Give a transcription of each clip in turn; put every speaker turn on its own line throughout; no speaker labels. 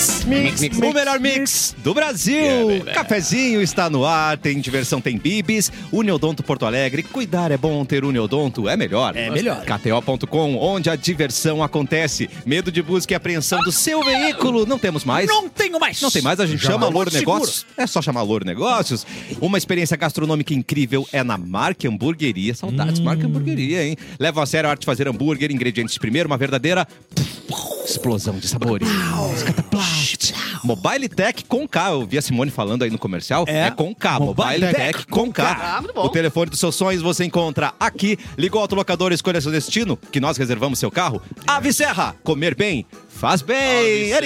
mix,
o
mix, É
melhor mix do Brasil. Cafezinho está no ar, tem diversão, tem bibis. Uniodonto Porto Alegre, cuidar é bom, ter Uniodonto é melhor.
É melhor.
KTO.com, onde a diversão acontece. Medo de busca e apreensão do seu veículo. Não temos mais.
Não tenho mais.
Não tem mais, a gente chama
Louro
Louro Negócios. É só chamar Louro Negócios. Uma experiência gastronômica incrível é na Marca Hamburgueria. Saudades, Marca Hamburgueria, hein? Leva a sério a arte de fazer hambúrguer, ingredientes de primeiro, uma verdadeira explosão de sabores. Scataplast. Mobile Tech com K. Eu vi a Simone falando aí no comercial.
É.
É, com K. Mobile,
Mobile
Tech, com K.
Ah, muito bom.
o telefone dos seus sonhos você encontra aqui. Liga o autolocador, escolha seu destino, que nós reservamos seu carro. Ave Serra, comer bem. Faz bem!
Ave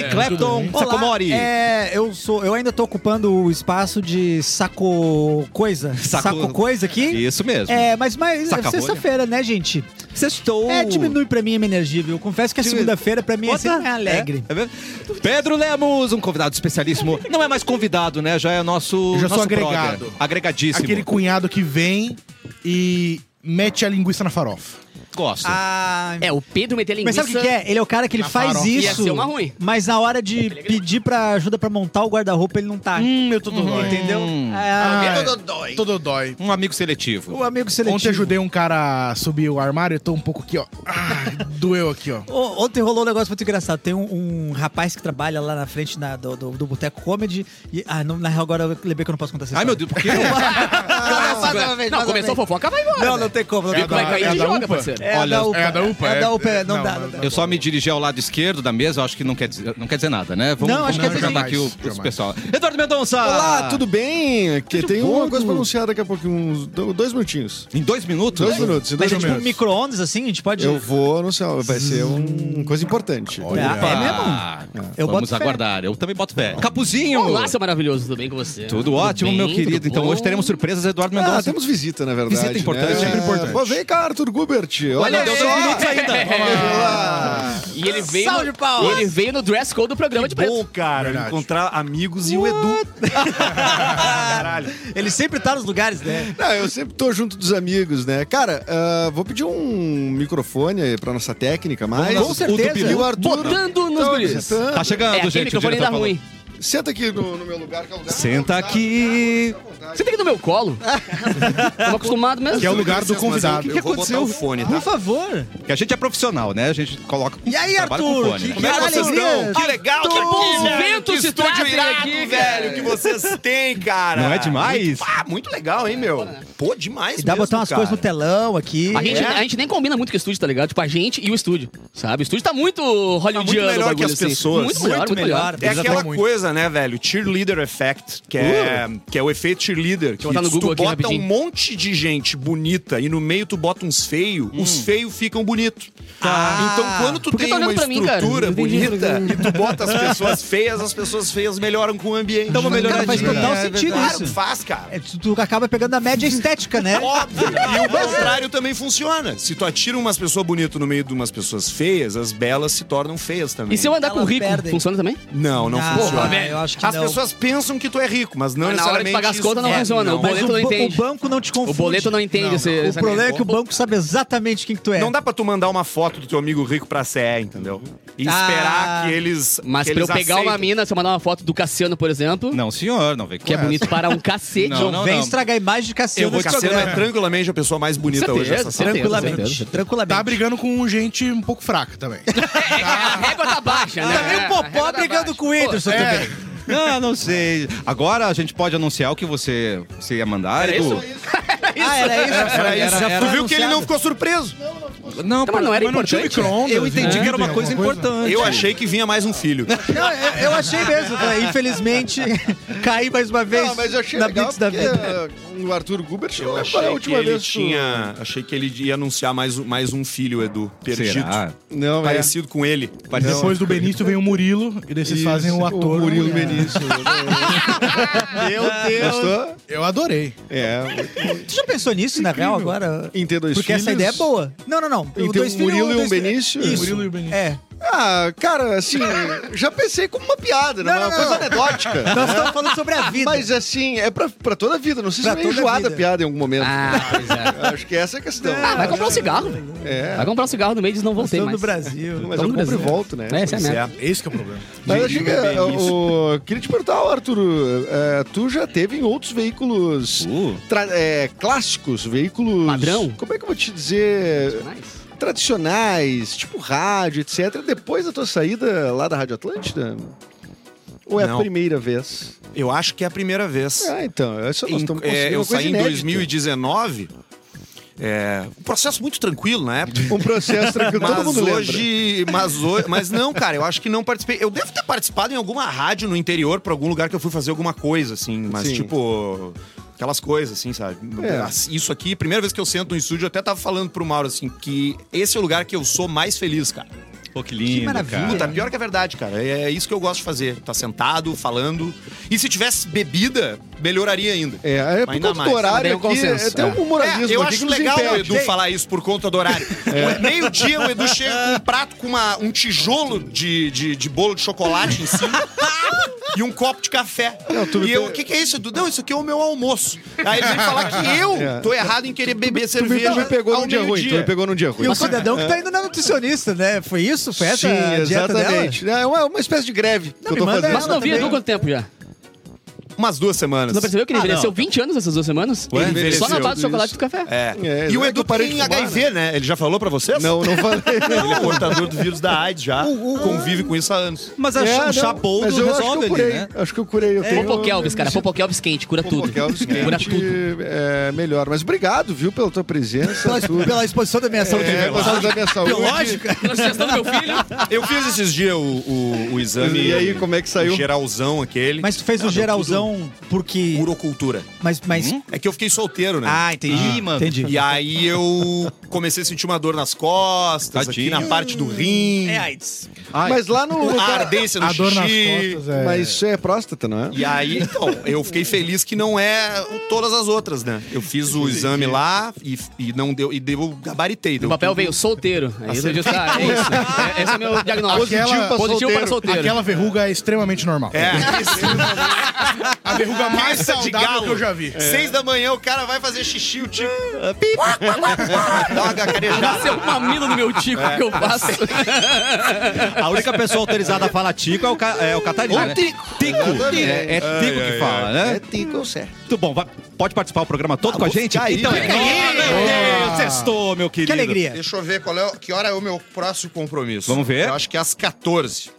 Eric
Serra.
Clapton,
Olá,
Sacomori!
É, eu sou, eu ainda tô ocupando o espaço de saco coisa, saco,
Saco-
coisa aqui.
Isso mesmo.
É, mas mas é
Saca rolha.
sexta-feira, né, gente?
Sextou.
É, diminui pra mim a minha energia, viu? Confesso que a
Uh. Diminui.
segunda-feira pra mim é
Bota-
sempre alegre.
É, é mesmo? Pedro Lemos, um convidado especialíssimo. Não é mais convidado, né? Já é nosso.
Eu já sou
nosso brother.
agregado.
Agregadíssimo.
Aquele cunhado que vem e mete a linguiça na farofa.
gosto.
Ah,
É, o Pedro meter linguiça.
mas sabe o que, que é? Ele é o cara que ele
Na
faz
farofa.
isso,
Ia ser uma ruim.
mas na hora de pedir pra ajuda pra montar o guarda-roupa ele não tá.
Hum, eu tô dodói.
Entendeu?
Ah,
Ah,
eu tô dodói. Tô dodói.
Um amigo seletivo.
o amigo seletivo.
Ontem ajudei um cara a subir o armário, eu tô um pouco aqui, ó. Ah, doeu aqui, ó.
O- Ontem rolou um negócio muito engraçado. Tem um, um rapaz que trabalha lá na frente na- do, do, do Boteco Comedy. E, ah, não, na real, agora eu lembrei que eu não posso contar essa
Ai, meu
história.
Deus, por quê?
Não, começou a fofoca, vai embora.
Não, não tem como. Não tem
Pico vai
como.
É
cair
a
e
da
joga,
UPA?
parceiro.
É,
Olha,
da UPA.
é a da UPA,
É
é-
da UPA, é, não,
não,
dá.
não
não dá.
Eu só me dirigi ao lado esquerdo da mesa, eu acho que não quer dizer, não quer dizer nada, né? Vamos,
Não,
vamos
acho que é
apresentar
jamais,
aqui o,
jamais.
o pessoal. Eduardo Mendonça!
Olá, tudo bem? Que
Ah. Tudo
tem
bom,
uma coisa
Edu?
pra anunciar daqui a pouco, uns do- dois minutinhos.
Em dois minutos?
Dois minutos, em
Mas
dois
é tipo um
minutos.
micro-ondas, assim? A gente pode...
Eu vou anunciar, vai ser uma coisa importante.
É,
Opa!
é mesmo? Eu
Vamos
boto fé.
aguardar. Eu também boto fé. Capuzinho!
Olá, seu maravilhoso, tudo bem com você?
É um Tudo ótimo,
bem,
meu
tudo
querido. Então
bom?
hoje teremos surpresas, Eduardo
Ah,
Mendonça.
temos visita, na verdade.
Visita importante,
né?
sempre
importante.
Pô, vem cá, Arthur Gubert.
Olha,
Olha,
deu dois minutos ainda.
lá.
E ele veio.
Salve
no,
de palmas.
e ele veio no dress code do programa de
Bom,
preto.
cara,
Verdade.
encontrar amigos e o Edu. Caralho.
Ele sempre tá nos lugares, né?
Não, eu sempre tô junto dos amigos, né? Cara, ah, vou pedir um microfone aí pra nossa técnica, mas...
Com certeza.
O do Bilu, o Arthur...
Botando nos
tá
guris.
apresentando.
Tá chegando,
É, aquele
gente. o tá
microfone
diretor
ainda
falou.
ruim.
Senta aqui no, no meu lugar, que é o lugar...
Senta aqui.
Você tem que ir no meu colo? Tava acostumado mesmo.
Que é o lugar do convidado.
O que aconteceu? O fone, tá?
Por favor.
Porque a gente é profissional, né? A gente coloca.
E aí,
trabalha
Arthur,
com fone.
que-
Como é que
que
vocês
alegria.
estão? Que legal que
Arthur,
aqui,
que
gente.
vento
é
Que
se
estúdio
trazem
irado,
aqui,
Velho, que vocês têm, cara.
Não é demais?
Muito, ah, muito legal, hein, meu? Pô, demais
E dá pra
mesmo,
botar umas
cara.
coisas no telão aqui.
A gente,
É?
a gente nem combina muito com o estúdio, tá ligado? Tipo, a gente e o estúdio, sabe? O estúdio tá muito hollywoodiano.
Tá muito melhor
o bagulho,
que as
assim.
pessoas.
Muito melhor, muito,
Muito Uh.
melhor.
melhor.
É
Eles
aquela
atuam muito.
coisa, né, velho? Cheerleader Effect, que é, que é o efeito cheerleader. Que
botar no
se
Google
tu
aqui
bota
rapidinho.
um monte de gente bonita e no meio tu bota uns feios, os feios ficam bonitos. Então quando tu
Hum. Por que
tem
tá olhando
uma
pra mim, cara?
estrutura
Eu entendi isso
bonita e tu bota as pessoas feias, as pessoas feias melhoram com o ambiente. Então
Cara, faz total
É
sentido
Claro que
isso.
faz, cara.
É, tu, tu acaba pegando a média estética, né?
Óbvio. E o contrário também funciona. Se tu atira umas pessoas bonitas no meio de umas pessoas feias, as belas se tornam feias também.
E se eu andar com
Elas
rico,
perdem.
funciona também?
Não, não
Ah,
funciona.
velho, eu acho que
as
não.
pessoas pensam que tu é rico, mas não
Mas na hora de
necessariamente
pagar as contas não
isso é,
funciona. O
Não,
Mas
boleto
o,
não
ba-
entende.
o banco não te confunde.
O boleto não entende esse.
O
essa
problema é
merda.
que o banco sabe exatamente quem que tu é.
não dá pra tu mandar uma foto do teu amigo rico pra CE, entendeu? E
Ah.
esperar que eles.
Mas
que
pra eu
eles
pegar
aceitem.
uma mina, se eu mandar uma foto do Cassiano, por exemplo,
Não, senhor, não vem com
que é
essa.
bonito para um cacete.
Não, não.
Vem estragar a imagem de Cassiano
Eu vou
nesse
Cassiano
programa.
é tranquilamente a pessoa mais bonita
Certeza,
hoje é dessa sala.
certeza.
Tranquilamente.
certeza.
Tranquilamente.
Tá brigando com gente um pouco fraca também.
A régua tá baixa, né?
Também Ah, o
A
Popó
régua tá
brigando
baixa.
com o Whindersson
É.
também.
Não, não sei. Agora a gente pode anunciar o que você, você ia mandar,
É
Edu?
Ah, era isso?
Era isso.
Era-
Tu
era
viu que ele
anunciado.
não ficou surpreso?
Não,
Mas não era
Mas não tinha
importante.
um micro-ondas.
eu entendi
né?
que era uma
Tem
coisa
alguma
importante.
Eu achei que vinha mais um filho.
Não, eu, eu achei mesmo. Eu falei, Infelizmente, caí mais uma vez
Não, mas eu achei
na
legal
Blitz da
porque
vida.
eh, o Arthur Gubert
Eu
não lembro
achei
qual é a
que
última
ele
vez que tu-
tinha. Achei que ele ia anunciar mais, um- mais um filho, Edu. Perdido.
Será?
Não, é.
Parecido com ele.
Depois do Benício vem o Murilo e daí vocês fazem
um
o ator.
O Murilo
É.
Benício.
Meu Deus.
Gostou?
Eu adorei.
É.
Tu já pensou nisso, na real, agora?
Em ter dois
Porque
filhos.
essa ideia é boa. Não, não, não.
Em
O
ter
dois
um
filhos,
Murilo e
dois
um
filhos.
Benício.
Isso.
Murilo e o Benício.
É.
Ah, cara, assim, já pensei como uma piada, né?
Não,
uma
não,
coisa
não.
anedótica.
Nós estamos falando sobre a vida.
Mas assim, é pra, pra toda a vida. Não sei
Pra
se é vai
toda a
enjoar da
vida. Ah,
piada em algum momento.
Ah, pois é.
Acho que essa é a questão.
Vai comprar um cigarro, velho.
É.
Vai comprar um cigarro no meio e diz, não voltei mais.
Estamos no Brasil.
Mas eu
Vamos
compro e
fazer.
volto, né?
É, essa é a merda.
Certo.
Esse que é o problema.
Mas eu
Dirigir
cheguei,
bem,
eu- eu queria te perguntar, Arthur, eh, tu já teve em outros veículos
Uh.
tra- eh, clássicos, veículos...
Padrão?
Como é que eu vou te dizer?
Nice.
Tradicionais, tipo rádio, etc. Depois da tua saída lá da Rádio Atlântida? Ou é
Não.
a primeira vez?
Eu acho que é a primeira vez.
Ah, então, é só
Em-
nós estamos
é,
conseguindo
eu
uma coisa
saí em
inédita.
2019. É, um processo muito tranquilo na época.
Um processo tranquilo, todo
Mas
mundo lembra.
hoje, mas hoje. Mas não, cara, eu acho que não participei. Eu devo ter participado em alguma rádio no interior, pra algum lugar que eu fui fazer alguma coisa, assim. Mas,
Sim.
tipo. Aquelas coisas, assim, sabe?
É.
Isso aqui, primeira vez que eu sento no estúdio, eu até tava falando pro Mauro, assim, que esse é o lugar que eu sou mais feliz, cara.
Pô, que lindo,
maravilha.
É.
cara.
Puta, pior que a verdade, cara. É isso que eu gosto de fazer. Tá sentado, falando. E se tivesse bebida, melhoraria ainda.
É, é por
Ainda
conta
mais.
Também
do
é
horário
um
aqui, é,
consenso,
tem
é.
um moralismo
É, eu
aqui
acho
que nos
legal o
impede.
Edu falar isso por conta do horário.
É.
O- Meio-dia o Edu chega com um prato com uma- um tijolo de, de, de bolo de chocolate em cima. E um copo de café.
tu me
e eu, o
per-
que, que é isso, Edu? Não, isso aqui é o meu almoço. Aí ele vem falar que eu
É.
tô errado em querer beber
Tu me,
cerveja.
tu me pegou
ao
num dia ruim, tu
meio-dia.
me pegou num dia ruim.
E o cidadão que tá indo na nutricionista, né? Foi isso? Foi essa a dieta
exatamente. É uma, uma espécie de greve que eu
me
tô
manda
fazendo.
Mas não vi
também.
Edu há quanto tempo já?
Umas duas semanas.
Você não percebeu que ele
Ah, não.
envelheceu 20 anos essas duas semanas?
Ué,
ele
envelheceu
só na base do
tudo
chocolate
isso.
e do café.
É.
É,
e o
é que
Edu
eu parei de
tem
fumar,
HIV, né? Ele já falou pra vocês?
Não, não falei.
Ele é portador do vírus da AIDS já. Convive com isso há anos.
Mas
É, não,
achou um chapoldo
mas eu acho que
resolve
eu
ali,
curei.
né?
Acho que eu curei. Eu
É.
tenho-
Popokelvis, cara. Popokelvis quente, cura tudo.
Popokelvis
Cura
quente
tudo.
é melhor. Mas obrigado, viu, pela tua presença.
dela? Pela,
Arthur.
pela exposição da minha saúde.
É, gostando da minha saúde.
Biológica?
Pela sugestão do meu filho.
Eu fiz esses dias o, o, o exame.
E aí, como é que saiu?
O Um geralzão aquele.
Mas tu fez
Não,
o
deu
geralzão porque.
tudo Urocultura.
Mas. mas...
É que eu fiquei solteiro, né?
Ah, entendi.
Ih, mano.
Entendi.
E aí eu comecei a sentir uma dor nas costas,
Tadinho.
aqui na parte do rim,
AIDS.
Mas lá no
a
lugar...
ardência no
É, A dor nas
xixi.
costas é...
Mas isso é próstata, não é?
E aí, então, eu fiquei feliz que não é todas as outras, né? Eu fiz o exame lá e, e não deu, e deu, gabaritei.
O
Deu
papel
tudo.
veio solteiro. Aí eu disse, ah, é isso. É, esse é meu diagnóstico.
Aquela-
Positivo para solteiro.
Aquela verruga é extremamente normal.
É, isso.
A verruga mais
Cabeça de
saudável
galo.
que eu já vi.
É.
Ah,
Seis da manhã o cara vai fazer xixi, o tico. Dá uma gacarejada.
Nasceu um mamilo no meu tico que eu faço.
A única pessoa autorizada a falar tico é o, ca... é o Catarina,
Ou
né?
tico.
Tico.
Exatamente.
É, é tico que fala, né?
É tico, certo.
Muito bom. vai- Pode participar do programa todo com a gente?
ficar aí,
então
fica
é. Meu Deus, sextou, meu querido.
Que alegria.
Deixa eu ver qual é, o- que hora é o meu próximo compromisso.
Vamos ver.
Eu acho que é às 14.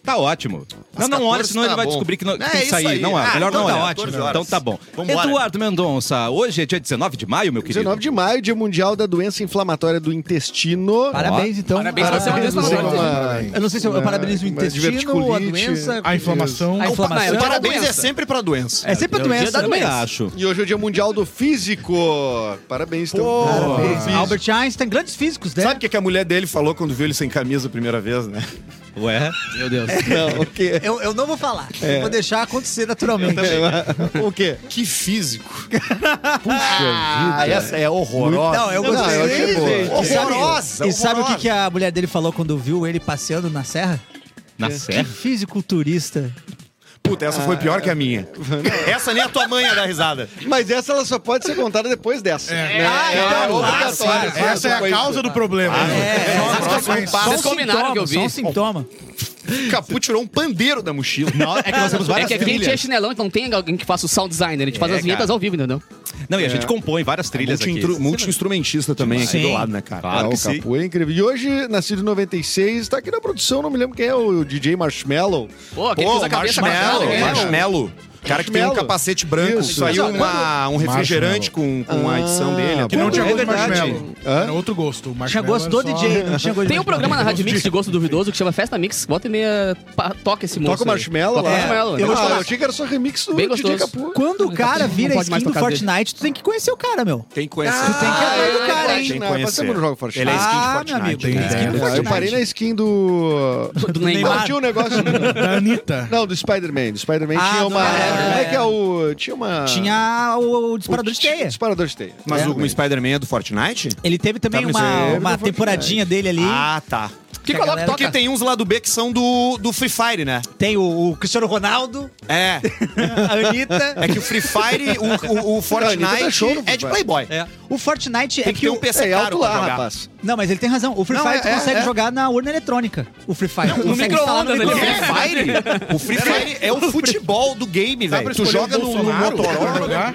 Tá ótimo.
Às
não, não olha,
14
senão
tá
ele vai
bom.
descobrir que, não, que
É
tem que
isso
sair.
aí.
Não olha.
Ah,
Melhor
então
não
tá
olha.
ótimo.
Então tá bom.
Vambora.
Eduardo Mendonça, hoje é dia 19 de maio, meu querido.
19 de maio, Dia Mundial da Doença Inflamatória do Intestino.
Parabéns, então.
Parabéns pra você, Matheus,
Parabéns, você
pra
como
você.
uma- Eu não sei se eu, eu parabenizo o
Uma
intestino, a
diverticulite,
doença.
A inflamação.
A
Não,
inflamação.
eu
O
Pra
parabéns é
doença.
sempre pra doença.
É sempre a doença.
da
Também
doença.
acho.
E hoje é o Dia Mundial do Físico. Parabéns, então.
Parabéns. Albert Einstein, grandes físicos, né?
Sabe o que, que a mulher dele falou quando viu ele sem camisa a primeira vez, né?
Ué?
Meu Deus.
Não, o quê?
Eu, eu não vou falar. Eu vou deixar acontecer naturalmente.
o quê?
Que físico.
Ah, essa é horrorosa.
Não, eu
Não,
gostei.
eu achei boa.
E sabe-
Horrorosa,
E sabe o que,
horrorosa.
que a mulher dele falou quando viu ele passeando na serra?
Na serra?
Fisiculturista.
Puta, essa foi pior que a minha. essa nem a tua mãe ia dar risada.
Mas essa ela só pode ser contada depois dessa. né?
Ah,
Ela
então,
obrigatória.
ah, sim.
Essa é a causa do problema. né?
É,
Só a consequência.
Vocês combinaram que eu vi.
Só um sintoma.
Capu tirou um pandeiro da mochila.
Não, é que nós temos
É
várias
que aqui a gente é
trilhas.
chinelão, então não tem alguém que faça o sound design. A gente faz as vinhetas ao vivo, entendeu?
Não, e a gente compõe várias trilhas aqui.
Multi-intru- Multi-instrumentista também aqui do
Sim.
lado, né, cara?
Claro
Ah,
que
o
sim.
Capu é incrível. E hoje, nascido em 96, tá aqui na produção, não me lembro quem é, o DJ Marshmallow.
Pô, aquele que usa a cabeça
marshmallow,
marcada, né?
marshmallow. Cara que tem um
Marshmallow.
capacete branco.
Isso.
Saiu
Mas, ó,
uma, um refrigerante com, com a edição dele.
Que não tinha
É
gosto de
verdade.
marshmallow.
Hã?
Era outro gosto. O
Tinha
marshmallow
gosto do
era só-
DJ, não tinha gosto
Tem
do
um programa na Rádio Mix de gosto duvidoso que chama Festa Mix. Bota e meia, pa- toca esse moço.
Toca o
aí.
Marshmallow
Toca o
lá.
Marshmallow.
Eu,
né?
ah, eu achei que era só remix do
Bem
DJ
gostoso.
Capu.
Quando o cara vira
Não pode
skin
mais
do
tocar dele.
Fortnite, tu tem que conhecer o cara, meu.
Tem que conhecer.
Tu tem que ir atrás do cara, hein?
tem que
Não, mas
conhecer.
você não joga Fortnite.
Ele é skin de
Ah,
Fortnite.
meu amigo,
né?
ele é
É.
skin de
É, eu
Fortnite.
parei na skin do...
Do Neymar.
Não, tinha um negócio...
Da Anitta.
Não, do Spider-Man. Do Spider-Man
Ah,
tinha
do-
uma...
é,
Como é que é
é.
o... Tinha uma...
Tinha o, o
o
disparador de
ti-
teia.
Disparador de teia.
Mas
É.
o um Spider-Man é do Fortnite?
Ele teve também
Tá, mas
uma,
é,
uma
do Fortnite.
temporadinha dele ali.
Ah, tá.
Que
Que
a galera-
Porque tem uns lá do B que são do, do Free Fire, né?
Tem o, o Cristiano Ronaldo,
É.
a Anitta.
É que o Free Fire, o, o- o Fortnite
Não, ele tá show no Free
é de
Fire.
Playboy.
É. O Fortnite é
Tem que ter
que.
um
o...
PC
é
caro
alto
pra
lá,
jogar.
rapaz.
Não, mas ele tem razão. O Free
Não,
Fire
é-
tu
é-
consegue
é.
jogar na urna eletrônica. O Free Fire. tu
no
consegue instalar
micro-ondas,
O
ele
Free
micro-ondas.
Fire, o Free Fire é o futebol do game,
Tá,
velho. Tu joga
Tá
no, no Motorola,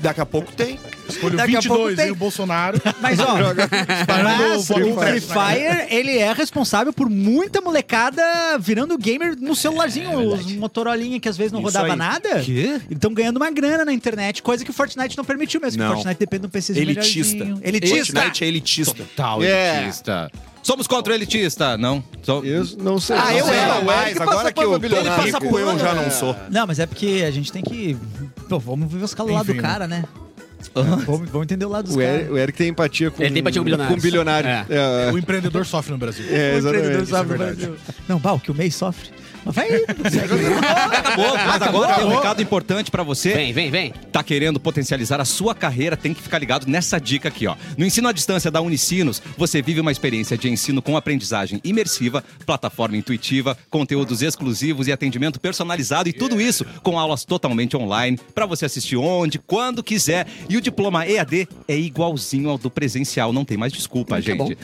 daqui a pouco tem.
Escolhe o
Daqui a
22
pouco tem-
né? e o Bolsonaro.
Mas, ó, mas
Free
o Free
Fire.
Fire, ele é responsável por muita molecada virando gamer no celularzinho, os Motorolinha que às vezes não
É Isso
rodava
aí.
nada.
Quê?
Então ganhando uma grana na internet, coisa que o Fortnite não permitiu mesmo. que
Não.
O Fortnite depende um do PC
Elitista.
Elitista.
Tá.
Fortnite é elitista.
Tal
É.
elitista. Somos contra o elitista, não? Só-
Eu não sei.
Ah, eu
Não sei.
era
Não, ele
mais,
que
agora
passa
que eu
pano bilionário.
Ele passa
rico, eu
pano,
já
né?
não sou.
Não, mas é porque a gente tem que. Pô, vamos ver os caras do lado do
Enfim,
cara, né? Vamos, vamos entender o lado dos
O Eric,
caras.
o Eric tem empatia com
Ele tem empatia com bilionários.
Com bilionário.
É.
É.
O empreendedor sofre no Brasil.
É,
O
exatamente.
empreendedor
Isso é
sabe o
verdade.
Brasil. Não, bah, o que o mês sofre. Mas vai aí,
Acabou, mas agora tem um recado importante pra você.
Vem, vem, vem.
Tá querendo potencializar a sua carreira, tem que ficar ligado nessa dica aqui, ó. No ensino à distância da Unicinos, você vive uma experiência de ensino com aprendizagem imersiva, plataforma intuitiva, conteúdos exclusivos e atendimento personalizado e tudo isso com aulas totalmente online pra você assistir onde, quando quiser. E o diploma EAD é igualzinho ao do presencial, não tem mais desculpa, gente.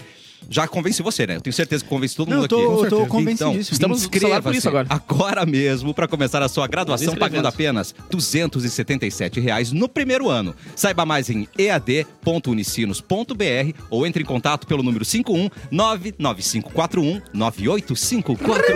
Já convenci você, né? Eu tenho certeza que convenci todo
Não,
mundo
eu tô,
aqui.
eu tô
certeza.
convencidíssimo.
Então,
Estamos
inscreva-se
por isso agora.
mesmo para começar a sua graduação
Inscrevendo.
pagando apenas R$ 277 reais no primeiro ano. Saiba mais em ead.unicinos.br ou entre em contato pelo número 51 99541 9854.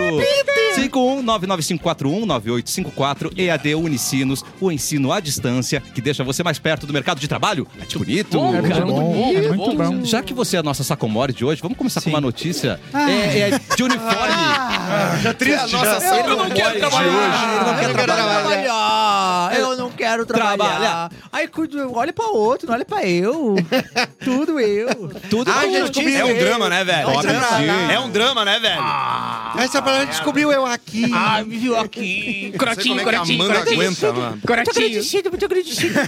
51 99541 9854 EAD Unicinos, o ensino à distância que deixa você mais perto do mercado de trabalho. É de bonito.
Bom,
muito
cara,
bom,
muito
é
bom.
muito bom.
Já que você é a nossa sacomore de hoje, vamos começar
Sim.
com uma notícia é, é de uniforme.
Ah, Triste, nossa, já. Eu não quero
Ah,
Ele não quer trabalhar.
eu quero trabalhar. Eu não quero trabalhar.
Trabalhar.
Aí cuido- olha pra outro, não olha pra eu. Tudo eu.
Tudo
Ah, gente,
Tudo
descobri-
É um
eu.
drama, né, velho?
Óbvio, sim.
É um drama, né, velho?
Essa é palavra descobriu eu aqui.
Ai, me viu aqui. Crotinho,
como é que a
crotinho,
Amanda
crotinho.
aguenta, mano.
Muito
Crotinho.
agradecido, muito agradecido.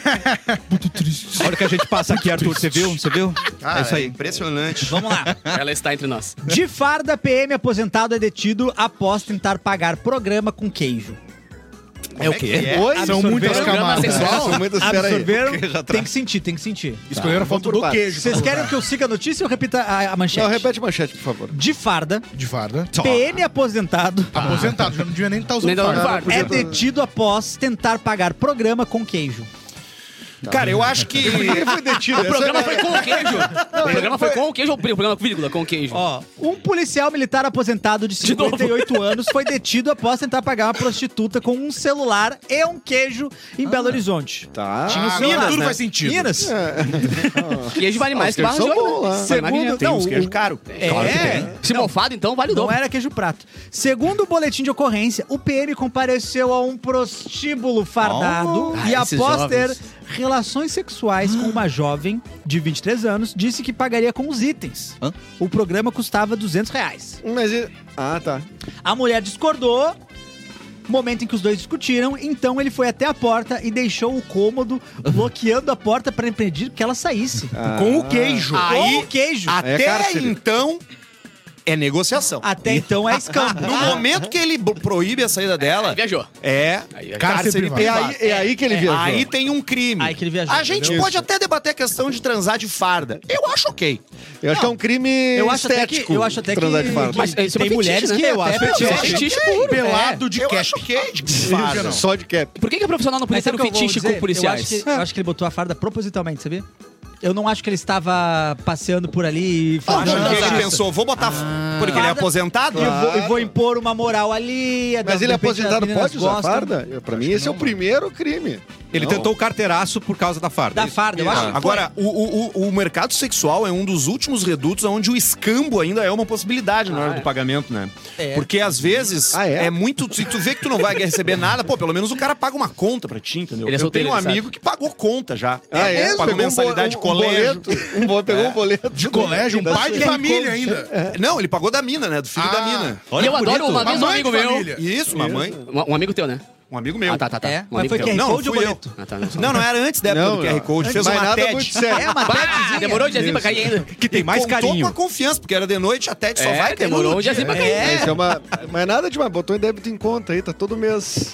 Olha o que a gente passa aqui, Arthur. Você viu? Você viu?
Cara,
é isso aí.
impressionante.
Vamos lá.
Ela está entre nós.
De farda, PM aposentado é detido após tentar pagar programa com queijo.
É o quê?
Oi?
São muitas
programa
camadas.
sexual.
São muitas- espera aí.
Absorveram. Tem que sentir, tem que sentir.
Escolheram a foto
por
do
partes.
é queijo.
Vocês querem que eu siga a notícia ou repita a, a manchete?
Não, repete a manchete, por favor.
De farda,
De farda.
PM aposentado
Aposentado, já não devia nem estar
Nem
usando
dá
farda.
um
Cara,
fardo.
é
Podia-
detido após tentar pagar programa com queijo.
Cara, eu acho que.
foi detido.
O programa foi com o queijo. O programa foi com o queijo ou o programa com vírgula? Com o queijo.
Ó, um policial militar aposentado de
novo.
58 anos foi detido após tentar pagar uma prostituta com um celular e um queijo em Belo Horizonte.
Ah,
Tá.
o
Minas,
celular,
tudo
né?
faz sentido.
Minas?
Queijo vale mais que
queijos
barra
são
de
bons
ouro.
lá.
né? Vai mais dinheiro.
Não, o-
caro.
um É,
Se mofado, então, vale o
não
dobro.
era queijo prato. Segundo o boletim de ocorrência, o PM compareceu a um prostíbulo fardado
Oh.
e
Ah, esses
após ter
jovens.
relações sexuais com uma jovem de 23 anos, disse que pagaria com os itens.
Hã?
O programa custava 200 reais.
Mas ele... Ah, tá.
A mulher discordou. Momento em que os dois discutiram, então ele foi até a porta e deixou o cômodo bloqueando a porta para impedir que ela saísse.
Com o queijo.
Com
Aí,
o queijo.
É
até
cárcere.
então, é negociação.
Até então é
No
escândalo.
momento que ele bo- proíbe a saída dela,
Viajou.
é
Aí,
cárcere
aí.
Cárcere
É
privado.
aí, é aí que ele viajou.
Aí tem um crime.
Aí que ele viajou,
a gente
entendeu?
pode até debater a questão de transar de farda. Eu acho ok.
Eu acho que é um crime
Eu acho até
estético.
que. Eu acho até que.
transar de farda.
que
Mas isso é
tem
fetiche,
mulheres
né?
que eu
Até
acho.
fetiche.
fetiche.
fetiche puro.
é.
Pelado de
eu
cap.
acho ok de
Sim,
farda.
não.
Só de cap.
Por que, que a profissional não podia
Mas
ter
sabe
um
o que eu vou
fetiche
dizer?
com policiais?
Eu acho, que, eu acho que ele botou a farda propositalmente, sabia? Eu não acho que ele estava passeando por ali e
Ah,
falando.
Porque
"Ah,
ele pensou, vou botar. Porque ele é
Farda.
aposentado?
E eu vou, e vou impor uma moral ali.
Mas
de repente as
ele é aposentado,
meninas
pode usar
gostam.
farda? Eu- Pra mim, esse é o primeiro crime.
Ele
Não.
tentou um o carteiraço por causa da farda.
Da
Isso.
farda, eu acho.
Agora, o, o- o- o mercado sexual é um dos últimos redutos onde o escambo ainda é uma possibilidade na hora
Ah,
do pagamento, né?
É.
Porque às vezes
Ah, é?
é? muito. Se tu vê que tu não vai receber nada, pô, pelo menos o cara paga uma conta pra ti, entendeu?
Ele é
Eu
solteiro,
tenho um
ele
amigo que pagou conta já.
Ah, é?
Pagou
Pegou um
mensalidade de
bo- um-
colégio.
Um boleto, um bo- pegou um boleto.
De colégio, um
Da
pai de
sua-
família ainda.
É, Não, ele pagou da mina, né? Do filho
Ah.
da mina.
E eu
que
adoro
bonito.
uma vez um
Mamãe de
amigo meu.
família.
Isso, mamãe.
Um um amigo teu, né?
Um amigo meu.
Ah, tá, tá, tá.
É,
Um
mas
amigo
foi
teu.
QR
Não,
Code ou
fui eu.
boleto?
Ah, tá, não, só-
Não, não era antes da época
Não,
do QR Code.
antes
Fez
de mais
uma
nada,
TED.
muito sério.
É uma
Bah,
TEDzinha.
demorou um diazinho pra cair ainda.
Que tem mais
Contou com
carinho.
a confiança, porque era de noite, a TED só
É,
vai cair no
demorou um
dia.
diazinho pra cair.
Mas é uma. Mas nada demais, botou em débito em conta aí, tá todo mês.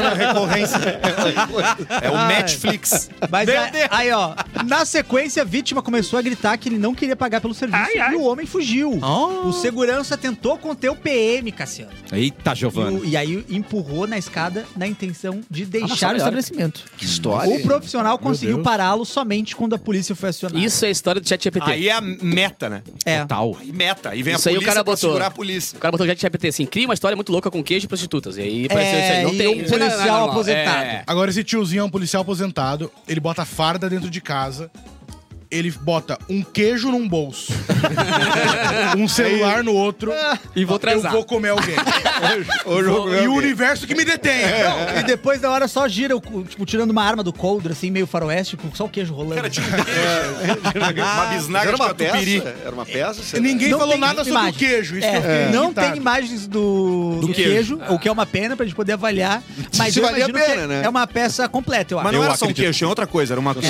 na recorrência. É o Netflix.
Mas
Meu
a-
Deus.
aí, ó, na sequência, a vítima começou a gritar que ele não queria pagar pelo serviço e o homem fugiu. O segurança tentou conter o PM, Cassiano.
Eita,
E, o-
Giovana.
e aí melhorou na escada na intenção de deixar o
melhor.
estabelecimento.
Que história.
O profissional conseguiu
Deus.
pará-lo somente quando a polícia foi acionada.
Isso é a história do ChatGPT.
Aí é a meta, né?
é.
Total.
Aí meta. Aí vem
Isso
a
aí o
polícia
cara
pra
botou.
segurar a polícia.
O cara botou no ChatGPT assim, cria uma história muito louca com queijo e prostitutas. E aí pareceu isso
É,
aí. Não
e
tem.
um
isso aí não é
policial
normal.
aposentado.
É.
Agora, esse tiozinho é um policial aposentado, ele bota farda dentro de casa, ele bota um queijo num bolso, um celular no outro.
E vou transar.
Eu vou comer alguém.
O jogo
e o universo que me detém.
E depois da hora só gira, o cu- tipo, tirando uma arma do coldre, assim, meio faroeste, com só o queijo rolando.
Cara, tinha um queijo. Uma bisnaga
Era
de
uma
catupiry.
peça? Era uma peça? será?
Ninguém
Não
falou
tem
nada sobre o
imagem.
queijo. Isso
É,
que eu fiquei
não
irritado.
tem imagens do, do queijo, o que é uma pena pra gente poder avaliar. Mas
Se
eu
valia a
imagino que
pena, né?
É uma peça completa, eu acho.
Mas não
é-
Eu
era só um
acredito.
queijo, tinha outra coisa. Era uma
O
Era um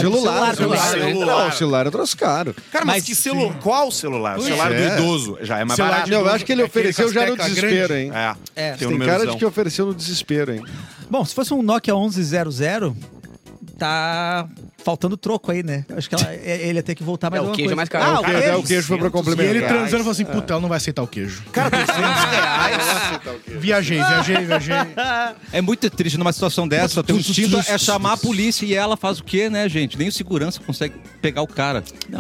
celular,
celular, celular,
celular.
Não, o celular é troço caro.
Cara, mas,
Mas
que celular? Qual celular? O celular
é.
do idoso. Já é mais
Celular
barato.
de-
Não, eu acho que ele
Aquele
ofereceu já no
casteca
desespero,
grande.
hein?
É.
É.
Tem um
Tem cara de
numerozão.
que ofereceu no desespero, hein?
Bom, se fosse um Nokia 1100, tá faltando troco aí, né? Acho que ela- é- ele ia ter que voltar mais
É, o
alguma
queijo é
coisa.
mais caro.
Ah,
O
o
queijo
queijo.
É, o queijo foi pra
E
complementar.
ele transando falou assim:
É.
puta, ela não vai aceitar o queijo.
Cara, 200 reais.
Viajei, viajei, viajei.
É muito triste numa situação dessa. Teu instinto é chamar a polícia e ela faz o quê, né, gente? Nem o segurança consegue pegar o cara.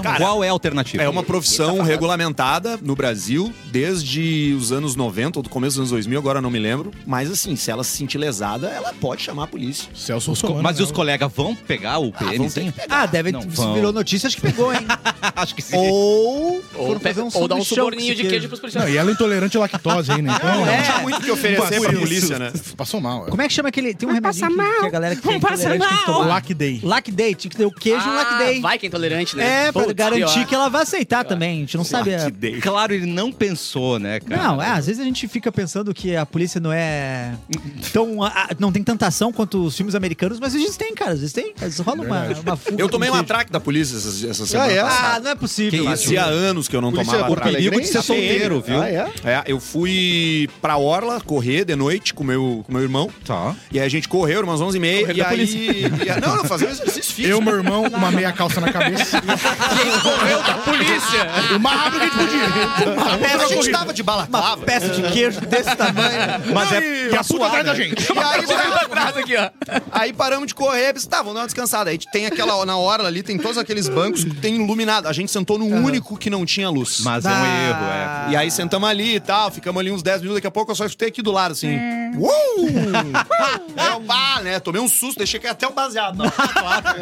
Cara,
Qual é a alternativa?
É uma profissão regulamentada no Brasil desde os anos 90 ou do começo dos anos 2000, agora não me lembro. Mas assim, se ela se sentir lesada, ela pode chamar a polícia.
Celso
Co-
Russomano,
Mas
né?
os colegas vão pegar o PN? sim?
Ah, deve
Não,
se
vão.
virou notícia, acho que pegou, hein?
Acho que sim.
ou
Ou,
foram
pega,
fazer um
ou dá um
sanduichão com
suborninho
esse Ah,
de queijo pros policiais.
Não, e ela é intolerante à lactose, hein, né? Então,
Não
é.
tinha muito o que oferecer pra polícia, né?
Passou mal.
Como é que chama aquele... Tem um remedinho que, que a galera que tem intolerante tem que
é?
tomar.
Lack Day.
Lack Day, tinha que ter o queijo no Lack Day.
Vai que é intolerante, né?
É, pra
Putz,
garantir
pior.
que ela vai aceitar também. A gente não sabe... é, a-
Claro, ele não pensou, né, cara?
Não, é, às vezes a gente fica pensando que a polícia não é tão. a- a- não tem tanta ação quanto os filmes americanos, mas às vezes tem, cara. Às vezes tem. Às vezes rola uma, uma fuga.
Eu tomei um
com queijo.
atraque da polícia essa, essa
Ah,
semana.
é?
Ah,
passada.
não é possível.
Que
cara.
isso?
Fazia anos que eu não
Polícia é
tomava
Porto
atraque.
Alegre,
perigo de ser
hein?
solteiro, viu?
Ah, é?
É, eu fui pra Orla correr de noite com meu, com meu irmão.
Tá.
E aí a gente correu, umas 11h30. E, aí. e aí- não, não, fazer um exercício físico.
Eu, meu irmão, uma meia calça na cabeça.
Correu da
é
polícia!
o mais rápido que a gente podia.
Mas a gente tava de balaclava.
Peça de queijo desse tamanho.
Mas é
E a puta atrás da gente.
E aí,
atrás aqui, ó.
Aí paramos de correr, disse, tá, vamos dar uma descansada. Aí tem aquela, na hora ali, tem todos aqueles bancos que tem iluminado. A gente sentou no único que não tinha luz.
Mas é um erro, é.
E aí sentamos ali e tal, ficamos ali uns 10 minutos, daqui a pouco eu só escutei aqui do lado, assim. Uou! Aí eu, bah, né? Tomei um susto, deixei cair até o baseado. Não, tá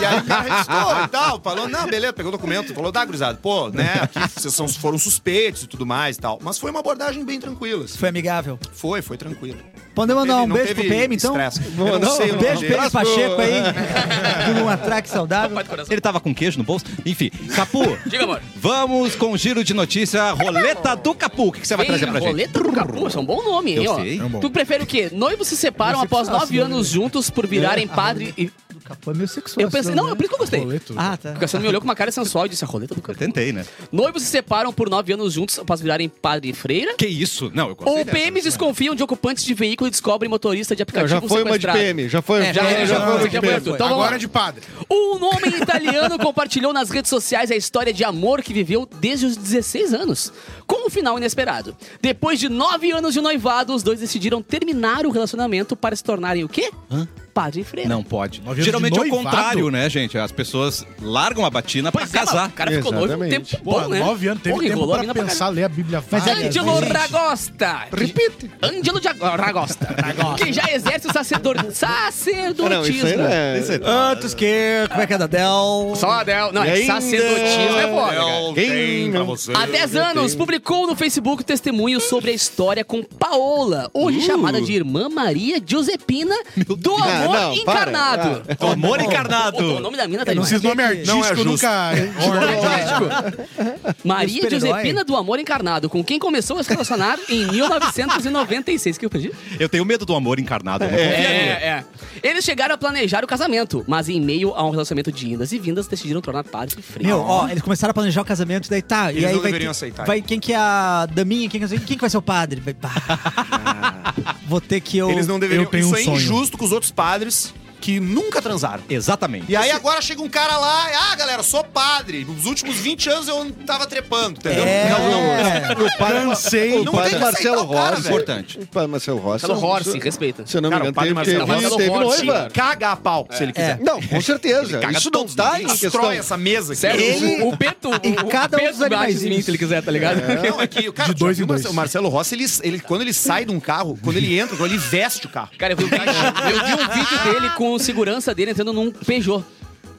e aí o cara registrou e tal, falou, não, beleza, pegou o documento, falou, dá, gurizada, pô, né, aqui vocês são, foram suspeitos e tudo mais e tal. Mas foi uma abordagem bem tranquila, assim.
Foi amigável.
Foi, foi tranquilo.
Podemos mandar
Teve-
um
não
beijo
teve
pro PM, então?
estresse.
Vou
Eu não
mandar um
sei o
Um
nome
beijo
dele.
pro PM Pacheco aí. Por um atraque saudável.
Ele tava com queijo no bolso? Enfim, Capu,
Diga, amor.
vamos com o giro de notícia, roleta do Capu. O que que você vai trazer pra gente?
Roleta do Capu, isso é um bom nome, hein,
Eu
ó.
sei. É
um bom.
Tu prefere o quê? Noivos se separam após nove anos
né?
juntos por
É,
virarem padre e...
Do capô é meio sexual.
Eu pensei... Não, é por isso que eu gostei.
Boleto.
Ah, tá.
O Cassiano me olhou com uma cara sensual e disse, a roleta do
Eu
Capu.
tentei, né?
Noivos se separam por nove anos juntos após virarem padre e freira.
Que isso? Não, eu gostei
Ou PMs desconfiam de ocupantes de veículo e descobrem motorista de
Não,
aplicativo
já foi uma de
sequestrado.
PM, já foi,
É,
já,
já- já
já, foi
foi,
uma
já
de
foi,
PM.
Arthur. Então vamos
Agora
lá.
de padre.
Um homem italiano compartilhou nas redes sociais a história de amor que viveu desde os 16 anos, com um final inesperado. Depois de nove anos de noivado, os dois decidiram terminar o relacionamento para se tornarem o quê? Padre e freira.
Não pode.
Nove anos de
Geralmente é o
noivado?
contrário, né, gente? As pessoas largam a batina pra
Pois é, mas
casar.
o cara ficou noivo um
Exatamente.
tempo
Pô,
bom, né?
nove anos, teve
Porra,
tempo
enrolou a
pra
mina pra é
pensar, ler a Bíblia várias
Ângelo
vezes.
Ragosta.
Repite.
Ângelo de Ag- Ragosta. Que já exerce o sacerdor... sacerdotismo.
Não, isso aí não é... Isso aí
tá
Antes que. Como é que é da Del?
Só a Del. Não,
E
é
ainda-
sacerdotismo é foda, cara.
Eu
Quem
tenho pra
não-
você.
Há 10 anos, publicou no Facebook um testemunho sobre a história com Paola, hoje chamada de Irmã Maria Giuseppina do amor amor
não, para.
encarnado.
O amor
Pô, o
encarnado.
nome da mina tá
Não
demais.
se nome artístico
Não é justo.
nunca.
Maria
Super-herói.
Giuseppina do Amor Encarnado, com quem começou a se relacionar em 1996. Que eu pedi?
Eu tenho medo do amor encarnado. eu não confio.
É, é. Eles chegaram a planejar o casamento, mas em meio a um relacionamento de indas e vindas, decidiram tornar padre e freio.
Meu, ó, eles começaram a planejar o casamento, daí tá.
Eles
e aí
não
vai,
deveriam
ter-
aceitar.
Vai, quem que é a daminha? Quem que, quem que vai ser o padre? Vai, pá. Vou ter que eu.
Ah. Eles não deveriam.
eu tenho
Isso
um
é
sonho.
injusto com os outros padres que nunca transaram.
Exatamente.
E aí agora chega um cara lá, e, ah, galera, sou padre. Nos últimos 20 anos eu tava trepando, entendeu?
É.
Não, não.
O padre,
Cansei.
o
Não
padre
tem que
Marcelo
aceitar o cara,
Rossi.
velho.
Importante.
O padre Marcelo Rossi.
Marcelo Horse, assim, respeita.
Se eu não me
Cara, o
engano,
padre
teve,
Marcelo
teve-
Rossi é
teve
um ótimo.
noiva.
Caga a pau, se ele quiser.
Não, com certeza.
Caga
Isso não
todos,
dá em questão.
destrói essa mesa. aqui.
Sério,
Ele-
o, o Beto, o, o
cada um
Beto bate em
dos
mim,
animaizinhos.
se ele quiser, tá ligado?
Não, é que, cara,
De
já
dois
viu
em dois.
O Marcelo Rossi, ele, ele- quando ele sai de um carro, quando ele entra, quando ele veste o carro.
Cara, eu vi, um vídeo- eu vi um vídeo dele com o segurança dele entrando num Peugeot.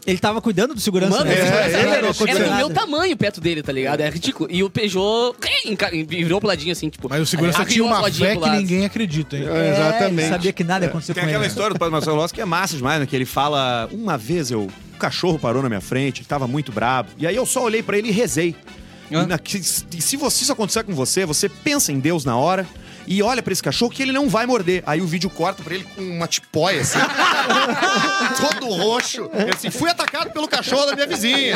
Ele tava cuidando do segurança.
Mano,
né?
o
é
segurança
Não
dele era,
aconteceu
era do meu
nada.
tamanho perto dele, tá ligado? É ridículo. E o Peugeot eh, enca- virou pro ladinho assim, tipo.
Mas o segurança
arriou
tinha
as
uma
rodinhas
fé
pro
que
lado.
ninguém acredita, hein?
É,
É, ele
Exatamente.
sabia que nada ia acontecer
Tem
com
aquela
ele.
história do Padre Marcelo Rossi que é massa demais, né? Que ele fala, uma vez eu... O cachorro parou na minha frente, ele tava muito brabo. E aí eu só olhei pra ele e rezei. E, na- que- e se você, isso acontecer com você, você pensa em Deus na hora e olha pra esse cachorro que ele não vai morder. Aí o vídeo corta pra ele com uma tipóia, assim. todo roxo. Ele assim, fui atacado pelo cachorro da minha vizinha.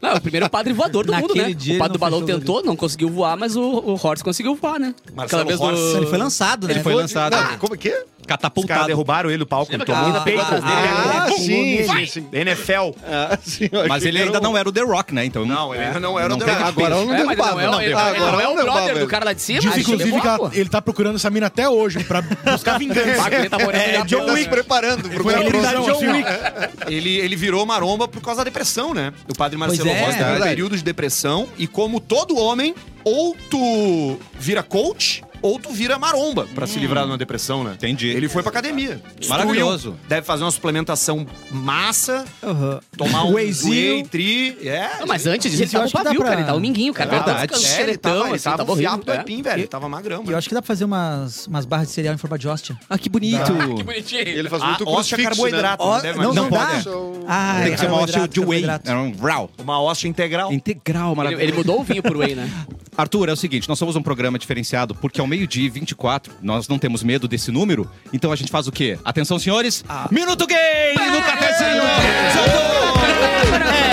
Não, é o primeiro padre voador do mundo,
Naquele
né?
dia
o
ele
padre
não
do balão
fechou o
tentou, não conseguiu voar, mas o, o Horst conseguiu voar, né?
Marcelo Horst.
Ele foi lançado, né?
Ele foi lançado.
Não, como que é?
Os caras
Catapultado.
derrubaram ele do palco, ele
Lembra que a
tomou
mina
um peito.
pegou atrás dele?
Ah,
é.
sim, sim, sim.
NFL.
Ah, sim, eu
Mas
achei
ele
que era
ainda
o-
não era o The Rock, né? Então
Não, ele não era
Não
o The
tem-
Rock.
Agora eu não
É, mas ele não
derrubava.
é, o- ele, não- ele não é o
derrubava,
brother do
velho.
cara lá de cima?
Diz,
ele
inclusive, que
levou, pô.
ela- ele tá procurando essa mina até hoje pra buscar vingança.
Ele tá morando
É,
É,
na
John
Bélgica.
Wick preparando pro
Foi na
pro-
prisão, assim, ó.
Ele, ele virou maromba por causa da depressão, né? O padre Marcelo
Pois é,
Rossi teve um
verdade.
período de depressão e como todo homem, ou tu vira coach ou tu vira maromba pra se livrar de uma depressão, né?
Entendi.
Ele foi pra academia. Destruiu.
Maravilhoso.
Deve fazer uma suplementação massa,
Aham.
tomar um
Wheyzinho.
whey, tri, é.
Não, mas antes disso,
Isso
ele
eu
tava
acho
com
que dá
pavio,
pra-
cara. Ele tava um minguinho,
É
cara. Ele tava
verdade,
ficando
é, ele tava,
xeretão,
ele
assim,
tava,
tava
um
horrível.
fiapo do aipim, velho. Ele tava magrão,
E eu
mano.
acho que dá pra fazer umas, umas barras de cereal em forma de hóstia.
Ah, que bonito.
Que bonitinho.
Ele faz
Ah,
muito
ósseo é
crucifixo,
carboidrato.
Ó,
não deve-
não,
não
não, dá.
pode,
né?
Ah,
É,
Tem que ser uma
um
hóstia
carboidrato,
de whey.
carboidrato.
Era um raw.
Uma hóstia integral.
Integral,
Ele,
maravilhoso.
ele mudou o vinho pro whey, né?
Arthur, é o seguinte, nós somos um programa diferenciado porque ao meio-dia e 24, nós não temos medo desse número, então a gente faz o quê? Atenção, senhores!
Ah.
Minuto Gay no Cafezinho!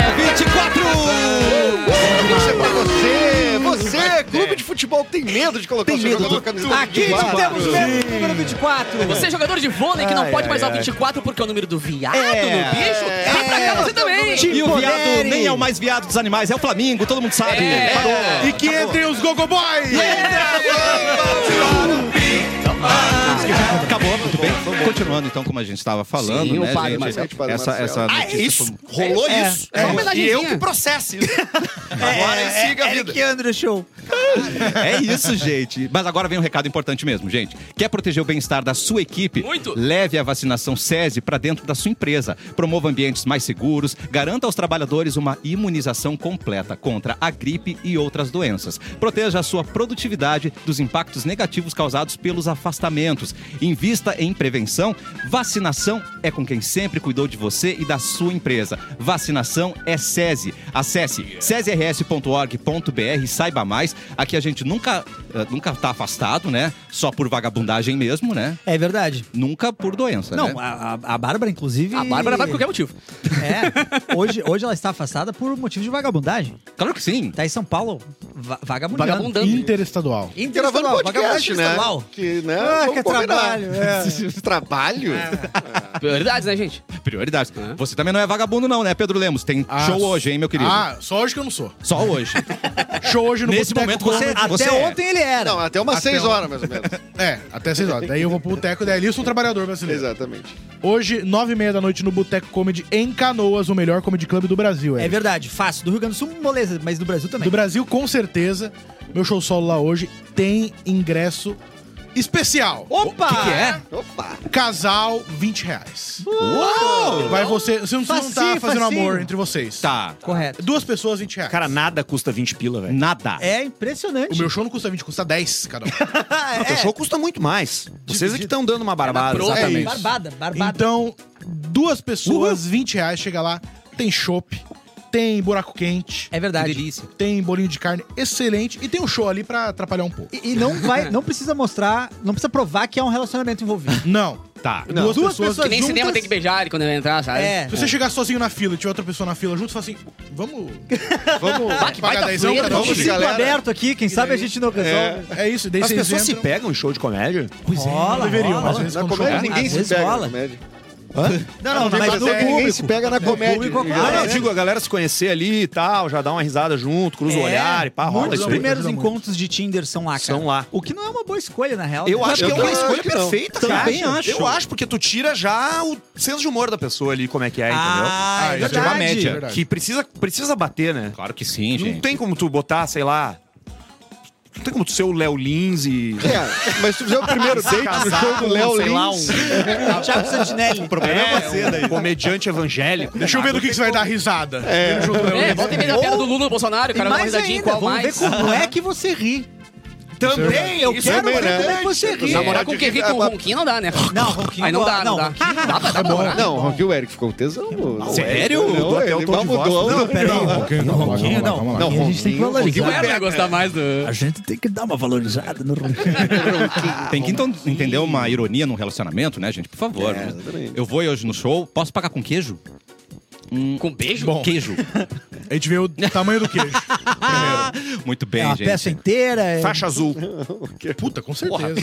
É 24!
Isso é pra você! Você, clube de futebol, tem medo de colocar
Tem
o seu
medo do-
jogador na camiseta
Aqui não temos medo do número 24.
Você é jogador de vôlei que não pode mais dar o 24 porque é o número do viado,
É.
do bicho. Vem pra
é
cá você também.
E o viado
Empodere.
nem é o mais viado dos animais, é o Flamingo, todo mundo sabe.
É.
Parou.
E que entrem os gogoboys!
Acabou, muito bem. Continuando então, como a gente estava falando,
Sim, o
né,
padre
gente?
Marcelo.
Padre
Essa,
Marcelo.
essa
Ah, é
notícia
isso?
foi-
Rolou isso?
é uma
E
homenagenzinha.
eu que processo isso. Agora ele siga a vida.
Eric Andrew Show.
É isso, gente. Mas agora vem um recado importante mesmo, gente. Quer proteger o bem-estar da sua equipe?
Muito.
Leve a vacinação SESI para dentro da sua empresa. Promova ambientes mais seguros, garanta aos trabalhadores uma imunização completa contra a gripe e outras doenças. Proteja a sua produtividade dos impactos negativos causados pelos afastamentos. Invista em prevenção. Vacinação é com quem sempre cuidou de você e da sua empresa. Vacinação é SESI. Acesse sesrs.org.br e saiba mais. Aqui a gente nunca, eh, nunca tá afastado, né? Só por vagabundagem mesmo, né?
É verdade.
Nunca por doença, né?
Não, a, a- a Bárbara, inclusive.
A Bárbara vai por qualquer motivo.
É. Hoje, hoje ela está afastada por motivo de vagabundagem.
Claro que sim.
Tá em São Paulo, va vagabundando.
Vagabundando.
Interestadual.
Interestadual,
Gravando podcast,
vagabundagem
né?
estadual.
Que, né?
Ah,
vamos
que
combinar.
trabalho, é.
Trabalho?
Prioridades, né, gente?
Prioridades. Você também não é vagabundo, não, né, Pedro Lemos? Tem
Ah,
show hoje, hein, meu querido?
Ah, só hoje que eu não sou.
Só hoje.
Show hoje no
Nesse momento
Boteco
você,
Comedy.
Até
você é.
ontem ele era.
Não, até umas
Até
seis
um-
uma-
horas, mais ou menos.
É, até seis horas. Daí eu vou pro Boteco da Elilson, trabalhador brasileiro.
Exatamente.
Hoje, nove e meia da noite no Boteco Comedy em Canoas, o melhor comedy club do Brasil.
É
Elilson.
verdade, fácil. Do Rio Grande do Sul, moleza, mas do Brasil também.
Do Brasil, com certeza. Meu show solo lá hoje tem ingresso especial.
Opa! O que, é?
Opa!
Casal, 20 reais.
Uou!
Vai você. Você não, você não
Facinho,
tá fazendo
facinho.
amor entre vocês.
Tá.
Correto.
Duas pessoas, 20 reais.
Cara, nada custa 20 pila, velho.
Nada.
É
O
impressionante. É.
meu show não custa 20, custa 10 cada um.
Não, teu show custa muito mais. Vocês é que estão dando uma barbada.
proa,
exatamente.
é isso.
Barbada, barbada.
Então, duas pessoas, 20 reais, chega lá, tem chopp, tem buraco quente,
é verdade.
tem bolinho de carne excelente e tem um show ali pra atrapalhar um pouco.
E, e não vai, não precisa mostrar, não precisa provar que há um relacionamento envolvido.
Não.
Tá.
Duas,
Duas
pessoas,
pessoas
Que nem
juntas,
cinema tem que beijar ele quando ele entrar, sabe?
É.
Se você chegar sozinho na fila e tiver outra pessoa na fila junto, você fala assim, vamos, vamos
baita
pagar 10 euros
punheta,
cada um?
vamos
Vamos
de
ciclo
galera.
aberto aqui, quem sabe a gente não resolve.
É isso, daí
As
vocês
pessoas se
entram-
pegam em show de comédia?
Pois rola,
deveriam,
rola.
mas eles
Na
não
comédia
choram.
ninguém
Às
se
vezes
pega.
rola.
Na comédia.
Não, não,
Mas
mas
no
no
ninguém
é
se
público.
pega na comédia.
público,
em
Ah,
Ah,
geral.
não,
é?
eu digo, a galera se conhecer ali e tal, já dá uma risada junto, cruza o
É,
olhar e pá, rola
Muitos
isso aí.
primeiros
Ajuda muito.
encontros de Tinder são lá, cara.
São lá.
O que não é uma boa escolha, na real.
Eu
né?
acho
Eu
que é uma
também
escolha
acho que não.
perfeita, cara.
Também acho.
Eu acho, porque tu tira já o senso de humor da pessoa ali, como é que é,
Ah,
Ah,
é
isso é uma
verdade.
média.
entendeu?
verdade.
Que precisa, precisa bater, né?
Claro que sim,
Não
gente.
tem como tu botar, sei lá. Não tem como tu ser o Léo Lins e.
É, mas se tu fizer o primeiro
Se
date no
casar
show do
com,
Léo
sei lá,
Lins,
então Thiago Santinelli.
É, um comediante evangélico.
Deixa eu ver do que, que você vai dar risada.
É, volta e meia da piada do Lula no Bolsonaro, o
Tem
cara dá uma
mais
risadinha,
ainda,
qual
vamos
mais?
ver como é que você ri.
Também, eu
é
quero
bem,
ver
né?
como é que você ri.
Namorar com o que ri com o
Ah,
Ronquinho não dá, né?
Não, Ronquinho
Aí não
boa.
dá, não
Não,
dá. Dá
Tá
pra, dá pra namorar.
Não, o Ronquinho Eric ficou tesão.
Sério?
Não,
Mudou até o
ele
tom de
mudou.
voz.
Não,
Peraí,
Ronquinho, não, Ronquinho, não.
Ronquinho,
Não,
a gente tem que
Ronquinho,
valorizar.
O Erna gosta mais uh, do...
A gente tem que dar uma valorizada no Ronquinho.
Tem que então, entender uma ironia num relacionamento, né, gente? Por favor.
É, exatamente.
eu vou hoje no show, posso pagar com queijo?
Com beijo?
Bom,
Queijo.
a gente vê o tamanho do queijo.
Muito
É
bem,
uma
gente.
peça inteira. é-
Faixa azul.
Puta, com certeza.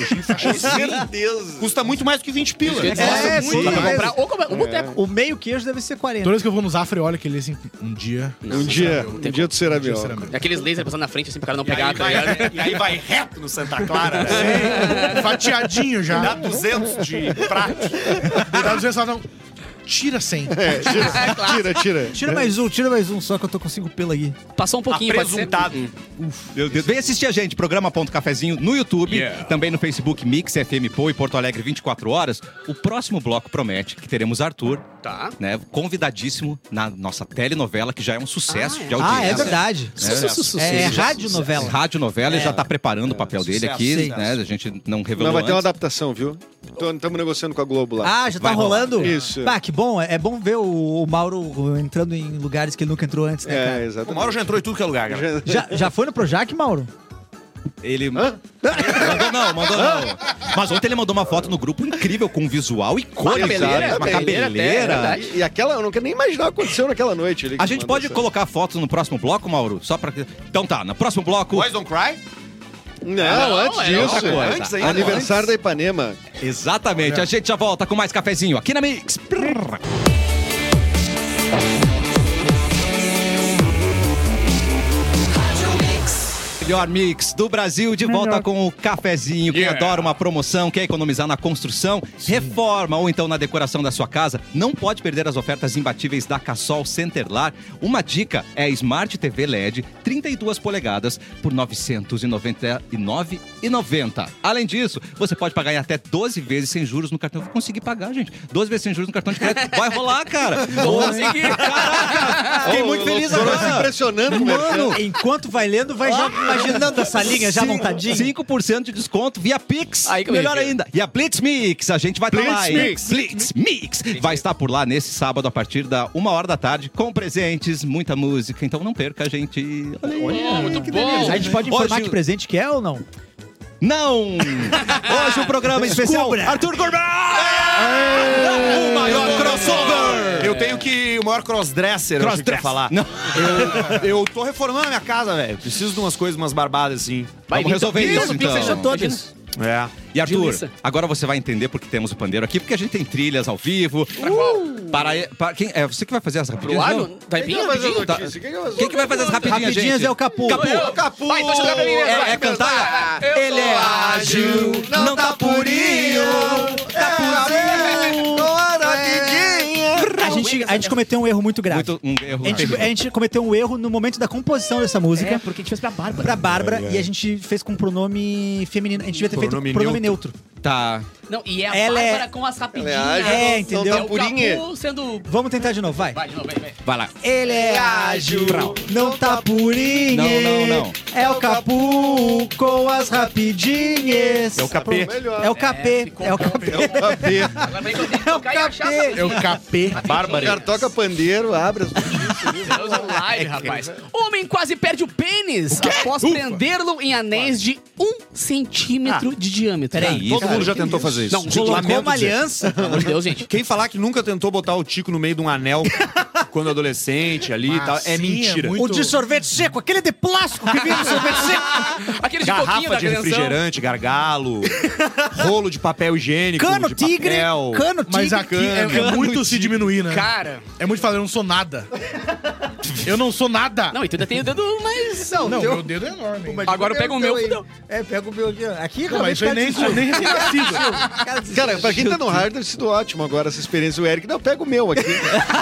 Custa muito mais do que 20 pila.
É,
É,
muito. Dá
sim.
pra comprar ou comprar- um boteco.
O meio queijo deve ser 40.
Toda vez que eu vou no Zafra, eu olho aquele assim, um dia.
Um dia, um dia do
Um dia
Ceramiol.
será meu.
E Aqueles lasers passando na frente, assim, pro cara não
E
pegar,
aí,
tá
vai,
ligado?
e aí vai reto no Santa Clara. né?
Fatiadinho já.
Dá 200 de prato.
Dá 200 lá, não. Tira 100.
É, tira, tira, tira.
Tira mais um, tira mais um, só que eu tô com cinco pelo aqui.
Passou um pouquinho, pode ser.
Apresuntado.
Meu Deus. Vem assistir a gente, programa Ponto Cafezinho no YouTube, também no Facebook Mix, FM Pô e Porto Alegre 24 horas. O próximo bloco promete que teremos Arthur,
Tá.
né, convidadíssimo na nossa telenovela, que já é um sucesso de audiência.
Ah, é verdade.
Sucesso.
É,
Sucesso.
radionovela.
Rádio novela, ele já tá preparando o papel dele
sucesso,
aqui,
sucesso.
né? A gente não revelou
Não, vai ter uma
antes.
adaptação, viu? Estamos negociando com a Globo lá.
Ah, já tá
Vai rolar.
rolando?
Isso.
Ah, que bom. É é bom ver o, o Mauro entrando em lugares que ele nunca entrou antes, né,
É,
cara?
O
exatamente.
Mauro já entrou em tudo que é lugar, cara.
Já-
Já, já foi no Projac, Mauro?
Ele mandou não, mandou não. Mas ontem ele mandou uma foto no grupo incrível, com um visual icônico.
cabeleira, né?
uma
uma
cabeleira
cabeleira. é
até,
É E aquela, eu não quero nem imaginar o que aconteceu naquela noite. ali que
A
tu
gente
mandou
pode
essa-
colocar fotos no próximo bloco, Mauro? Só pra... Então tá, no próximo bloco...
Boys Don't Cry?
Não,
Não,
antes
é
disso.
outra
coisa.
Antes ainda.
Aniversário da Ipanema.
Exatamente, a gente já volta com mais cafezinho aqui na Mix. Prrr. Melhor mix do Brasil, de volta com o cafezinho. Quem adora uma promoção, quer economizar na construção, reforma ou então na decoração da sua casa, não pode perder as ofertas imbatíveis da Cassol Centerlar. Uma dica é a Smart TV LED 32 polegadas por R$ 999,90. Além disso, você pode pagar em até 12 vezes sem juros no cartão. Eu vou conseguir pagar, gente. 12 vezes sem juros no cartão de crédito. Vai rolar, cara.
Vou conseguir.
Fiquei
Ô,
muito feliz
loucura, se
agora.
impressionando com o mercado.
Mano, tá enquanto vai lendo, vai já imaginando essa linha já montadinha.
5% de desconto via Pix.
Aí que eu
Melhor
ia ver.
ainda. E a Blitz Mix, a gente vai estar
Blitz
lá. hein?
Mix.
Blitz Mix. Vai estar por lá nesse sábado a partir da uma hora da tarde com presentes, muita música. Então não perca, gente. Olha aí.
Bom, muito bom.
A gente pode informar
Hoje-
que presente que é ou não?
Não! Hoje o programa especial
Descubra.
Arthur Gourmet! O maior crossover!
Eu tenho que. O maior crossdresser, eu achei que ia
Crossdresser.
falar.
Não.
Eu, eu tô reformando a minha casa, velho. Preciso de umas coisas, umas barbadas assim.
Vamos
Vai, Vitor,
resolver
Vitor,
isso,
Vitor,
então.
fechou todas.
É.
E Arthur,
Dilissa.
agora você vai entender porque temos o pandeiro aqui, porque a gente tem trilhas ao vivo. Para, para quem, é você que vai fazer as
Pro
rapidinhas? não?
alho? Vai
Quem
bem
Então,
rapidinho?
que vai fazer a notícia? Quem que vai fazer?
Quem que vai fazer as rapidinhas,
Rapidinhas
gente?
é o Capu.
Capu.
Capu!
Vai, então chega pra mim mesmo.
É, é cantar? Ele é ágil, não tá purinho, tá purinho.
A gente, a gente cometeu um erro muito grave.
Muito um erro.
A gente, a gente cometeu um erro no momento da composição dessa música.
É, porque a gente fez pra Bárbara.
pra Bárbara e a gente fez com um pronome feminino. A gente devia ter
Pronome
feito pronome neutro.
tá.
Não, e é a
Ela é-
Bárbara com as rapidinhas.
Ela é ágil,
É,
não-
entendeu?
não
É
tem
o
purinha.
Capu sendo...
Vamos tentar de novo, vai.
Vai, de novo, vai, vai.
Vai lá.
Ele é ágil, não tá purinho.
Não, não, não.
É o capu com as rapidinhas.
É o capê.
Melhor.
É o capê.
ficou
É o
bom.
capê.
Agora vai poder tocar e achar essa
capeta.
Eu é capê.
O cara toca pandeiro, abre as
Deus online, rapaz. Homem quase perde o pênis após prendê-lo em anéis de um centímetro de diâmetro.
Peraí,
Todo
Cara,
mundo já tentou fazer isso.
Não,
Gente,
Colocou
lamento
uma
dizer.
aliança.
Pelo amor de Deus, gente.
Quem falar que nunca tentou botar o tico no meio de um anel quando adolescente ali e tal, é
Sim,
mentira.
é
tá,
muito-
O de sorvete seco, aquele de plástico que vem no sorvete seco.
Aquele de coquinho
Garrafa
Um da
de
criança.
refrigerante, gargalo, rolo de papel higiênico,
Cano
de
tigre.
papel.
Cano tigre.
Mas aqui é, é
Cano.
muito se diminuir, né?
Cara.
É muito falar, eu não sou nada. Eu não sou nada.
Não, e tu ainda tem o dedo mais...
Não, meu dedo é enorme. hein?
Agora eu pego o meu, fudeu.
É, pega o meu aqui. ó. Aqui,
Não, mas isso aí nem,
realmente,
nem recém-nascido.
cara, desistiu.
Cara, pra quem tá no hard, deve sido ótimo agora essa experiência. O Eric, não, pega o meu aqui.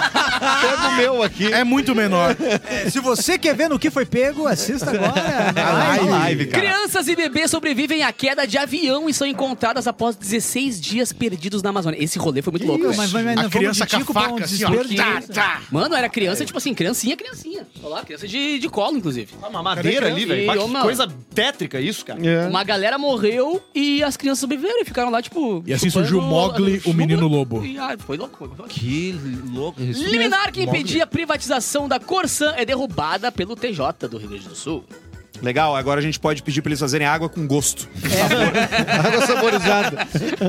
pega o meu aqui.
É muito menor.
É, Se você quer ver no que foi pego, assista agora.
É
na
Live,
live.
live, cara.
Crianças e bebês sobrevivem à queda de avião e são encontradas após 16 dias perdidos na Amazônia. Esse rolê foi muito louco,
Não,
velho.
mas, mas, mas,
A
não,
criança
vamos de
com a
tico pra um
faca, assim, ó.
desespero de-
Tá, tá.
Mano, eu era criança, tipo assim, criancinha, criancinha. Olha lá, criança de, de colo, inclusive.
Uma madeira ali, velho.
Ih,
Bah,
ô,
Que
mano.
coisa tétrica isso, cara.
É.
Uma galera morreu e as crianças sobreviveram e ficaram lá, tipo.
E assim
chupando
surgiu o Mogli,
a-
o menino lobo.
E, ah, foi louco. foi louco.
Que louco. isso mesmo.
Liminar que impedia a privatização da Corsan é derrubada pelo TJ do Rio Grande do Sul.
Legal, agora a gente pode pedir pra eles fazerem água com gosto.
Água saborizada.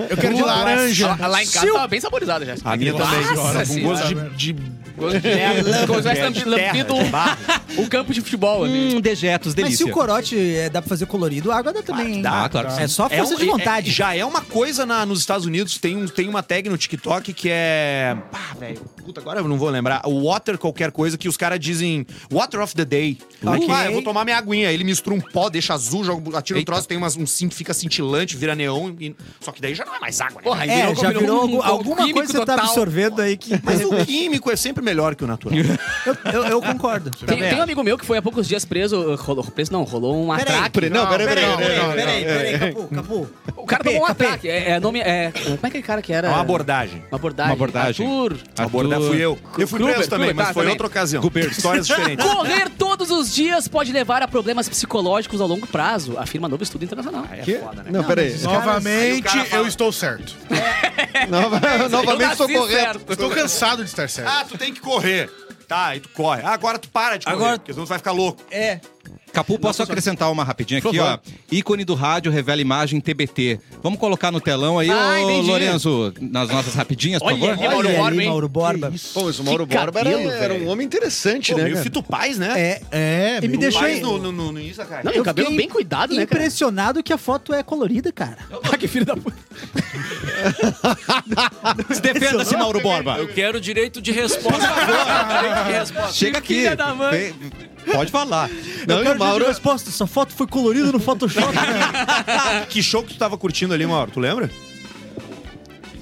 Eu quero de laranja.
Lá, lá em casa tava bem saborizada já.
A minha também.
Nossa
com
senhora.
gosto de, de,
Gosto de terra, Como se tivesse
de
lambi-
terra,
lambido
de barro.
o campo de futebol ali.
Hum, dejetos,
Mas se
delícia.
o corote é, dá pra fazer colorido, a água dá também, hein?
Dá, claro. que
É
sim.
só
É
força
um-
de
é-
vontade.
é- já é uma coisa na- nos Estados Unidos, tem, um, tem uma tag no TikTok que é. Pá, velho. Puta, agora eu não vou lembrar. O water qualquer coisa que os caras dizem water of the day.
Ok.
Ah, eu vou tomar minha aguinha. Aí Ele mistura um pó, deixa azul, joga, atira um
Eita.
troço, tem umas, um sim que fica cintilante, vira neon. e- só que daí já não é mais água, né?
Porra, aí
É, já
virou
virou
um-
algum-
um
alguma
químico
coisa que você tá
total.
absorvendo aí que.
Mas o químico é sempre melhor que o natural.
Eu, eu- eu concordo.
Tem, tem um amigo meu que foi há poucos dias preso. eh, Rolou, preso não, rolou um atraque.
Pre- Não, peraí, peraí.
Peraí,
peraí,
peraí,
peraí.
peraí, peraí, Capu, Capu.
O cara
Capê,
tomou um
capê.
ataque. É, é nome. É, como é que aquele cara que era?
É uma abordagem.
Uma abordagem.
Uma abordagem.
Arthur.
Abordar fui eu. Eu fui
Kruber,
preso também,
Kruber,
mas
tá,
foi
também.
outra ocasião. Histórias diferentes.
Correr todos os dias pode levar a problemas psicológicos a longo prazo, afirma novo estudo internacional.
Ah, é
Que? Não, peraí.
Novamente,
Aí o cara fala-
eu estou certo.
Nova- Novamente estou
nasci
correto.
certo.
Estou cansado de estar certo.
Ah, tu tem que correr. Tá, aí tu corre. Ah, agora tu para de correr,
Agora-
porque senão tu vai ficar louco.
É.
Capu, posso acrescentar uma rapidinha aqui, ó? Ícone do rádio revela imagem TBT. Vamos colocar no telão aí,
Ah,
ô
entendi.
Lorenzo, nas nossas rapidinhas, por favor.
Olha, olha. Mauro
Olha
Borba,
ali,
hein?
Mauro Borba.
Pô, mas o Mauro
Que
Borba era,
cabelo,
era um
velho.
homem interessante,
Pô,
né?
meio
cara?
Fito Paz, né?
É.
É,
E me
meu.
deixou
Paz no, no, no, no Insta, cara.
Não, e o cabelo
fiquei
bem cuidado, né, cara?
impressionado que a foto é colorida, cara.
Ah, que filho da puta.
Se defenda-se, Mauro Borba.
Eu quero direito de resposta agora. direito de resposta.
Chega aqui.
Filha da mãe.
Vem- Pode falar.
Não, e o Mauro.
resposta, essa foto foi colorida no Photoshop.
Que show que tu tava curtindo ali, Mauro? Tu lembra?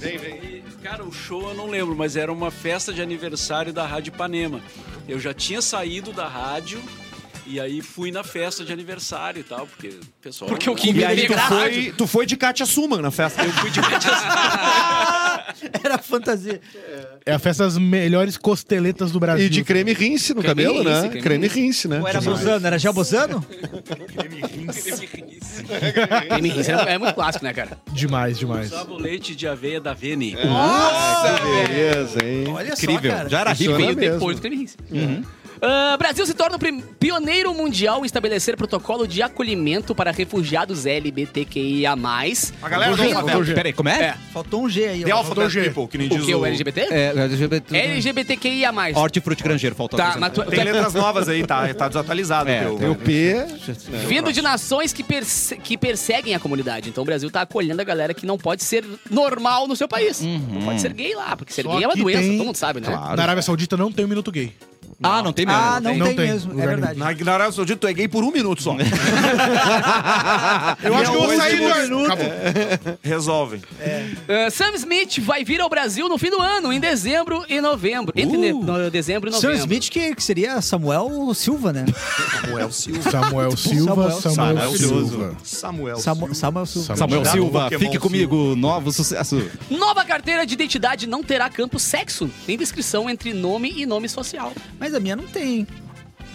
E, Cara, o show eu não lembro, mas era uma festa de aniversário da Rádio Ipanema. Eu já tinha saído da rádio e aí fui na festa de aniversário e tal, porque o pessoal.
Porque o
E
Kim-
aí tu
Gra-
foi, tu foi de Katia Suman na festa.
Eu fui de
Era fantasia.
É a festa das melhores costeletas do Brasil.
E de creme rinse no
Creme
cabelo,
rinse,
né?
creme
Creme, rinse, né?
Ou era Bozano? Era já Bozano?
Creme rinse é, é muito clássico, né, cara?
Demais, demais.
Usava o leite de aveia da Vene.
Nossa, que beleza, hein?
Olha
Incrível.
só, cara.
Já era
Funciona
hippie.
Veio
mesmo.
depois do creme rinse.
Uhum.
Ah, Brasil se torna o prim- pioneiro mundial em estabelecer protocolo de acolhimento para refugiados LGBTQIA+.
A galera do
Porque-
alfabeto.
Peraí, como é?
É.
Faltou um G aí. ó.
The Alphabet
G.
People, que nem diz
O que,
o...
o LGBT?
É, LGBT.
LGBTQIA+.
Hortifruti Grangeiro, né? faltou
Tá, mas
acrescentar.
tu, tu
Tem
é
letras novas aí, tá? Tá desatualizado
É,
o
tem
teu.
O P.
vindo de nações que, perse- que perseguem a comunidade. Então o Brasil tá acolhendo a galera que não pode ser normal no seu país. Não pode ser gay lá, porque ser
Só
gay é uma
aqui
doença,
tem-
todo mundo sabe, né?
Na Arábia Saudita não tem um minuto gay.
Ah, não tem mesmo.
ah, não,
tem.
tem,
Não tem.
mesmo, é
Lugar
verdade.
Na, na Arábia Saudita, tu é gay por um minuto só.
Eu acho que eu vou sair
último
do... Acabou.
Resolvem.
Ah, Sam Smith vai vir ao Brasil no fim do ano, em dezembro e novembro. Entre ne- no- dezembro e
Uh. Sam
novembro.
Smith, que, que seria Samuel Silva, né?
Samuel Silva.
Samuel Silva,
Samuel
Samuel,
Silva.
Silva.
Samuel
Samu- Samuel Silva.
Samuel
Dá
Silva,
um Pokémon
fique comigo, novo sucesso.
Nova carteira de identidade não terá campo sexo, nem descrição entre nome e nome social.
Mas a minha não tem.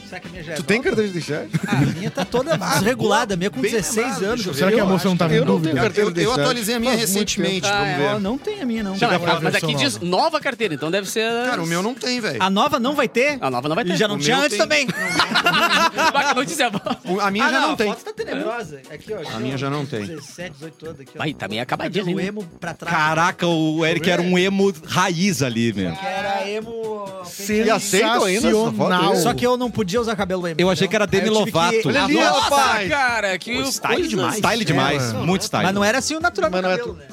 Será que a minha já é
Tu tem carteira de identidade?
Ah, a minha tá toda desregulada, a minha com
Bem
16
lembrado,
anos.
deixa eu ver.
Será que a moça não tava em
Eu não
dúvida?
tenho carteira
Eu,
de
eu
identidade.
atualizei a minha
Faz muito
recentemente,
tempo.
vamos
Ah,
ver.
Ela não tem a minha, não.
Não,
Chega pra
mas, mas aqui
versão
diz
nova.
nova carteira, então deve ser.
Cara, o meu não tem, velho.
A nova não vai ter?
A nova não vai ter.
E já não
O
tinha
meu
antes
tem.
também.
Vai, que notícia é boa.
O- A minha já não, tem.
tá tenebrosa. Aqui, ó.
A minha já não tem.
17, 18 anos aqui,
Vai, tá meio acabadinho
Cabelo
ainda.
emo pra trás.
Caraca, o Eric era um emo raiz ali, meu.
Que era emo...
E aceitam ainda essa foto? é
Sensacional.
Ah, Só que eu não podia usar cabelo emo.
Eu achei
entendeu?
que era Demi
Aí eu tive
Lovato.
que-
Olha ali,
Nossa,
Nossa, cara, que
Tá
style demais.
É,
Style demais, muito style.
Mas não era assim o natural
Mas
do
não é
cabelo, né?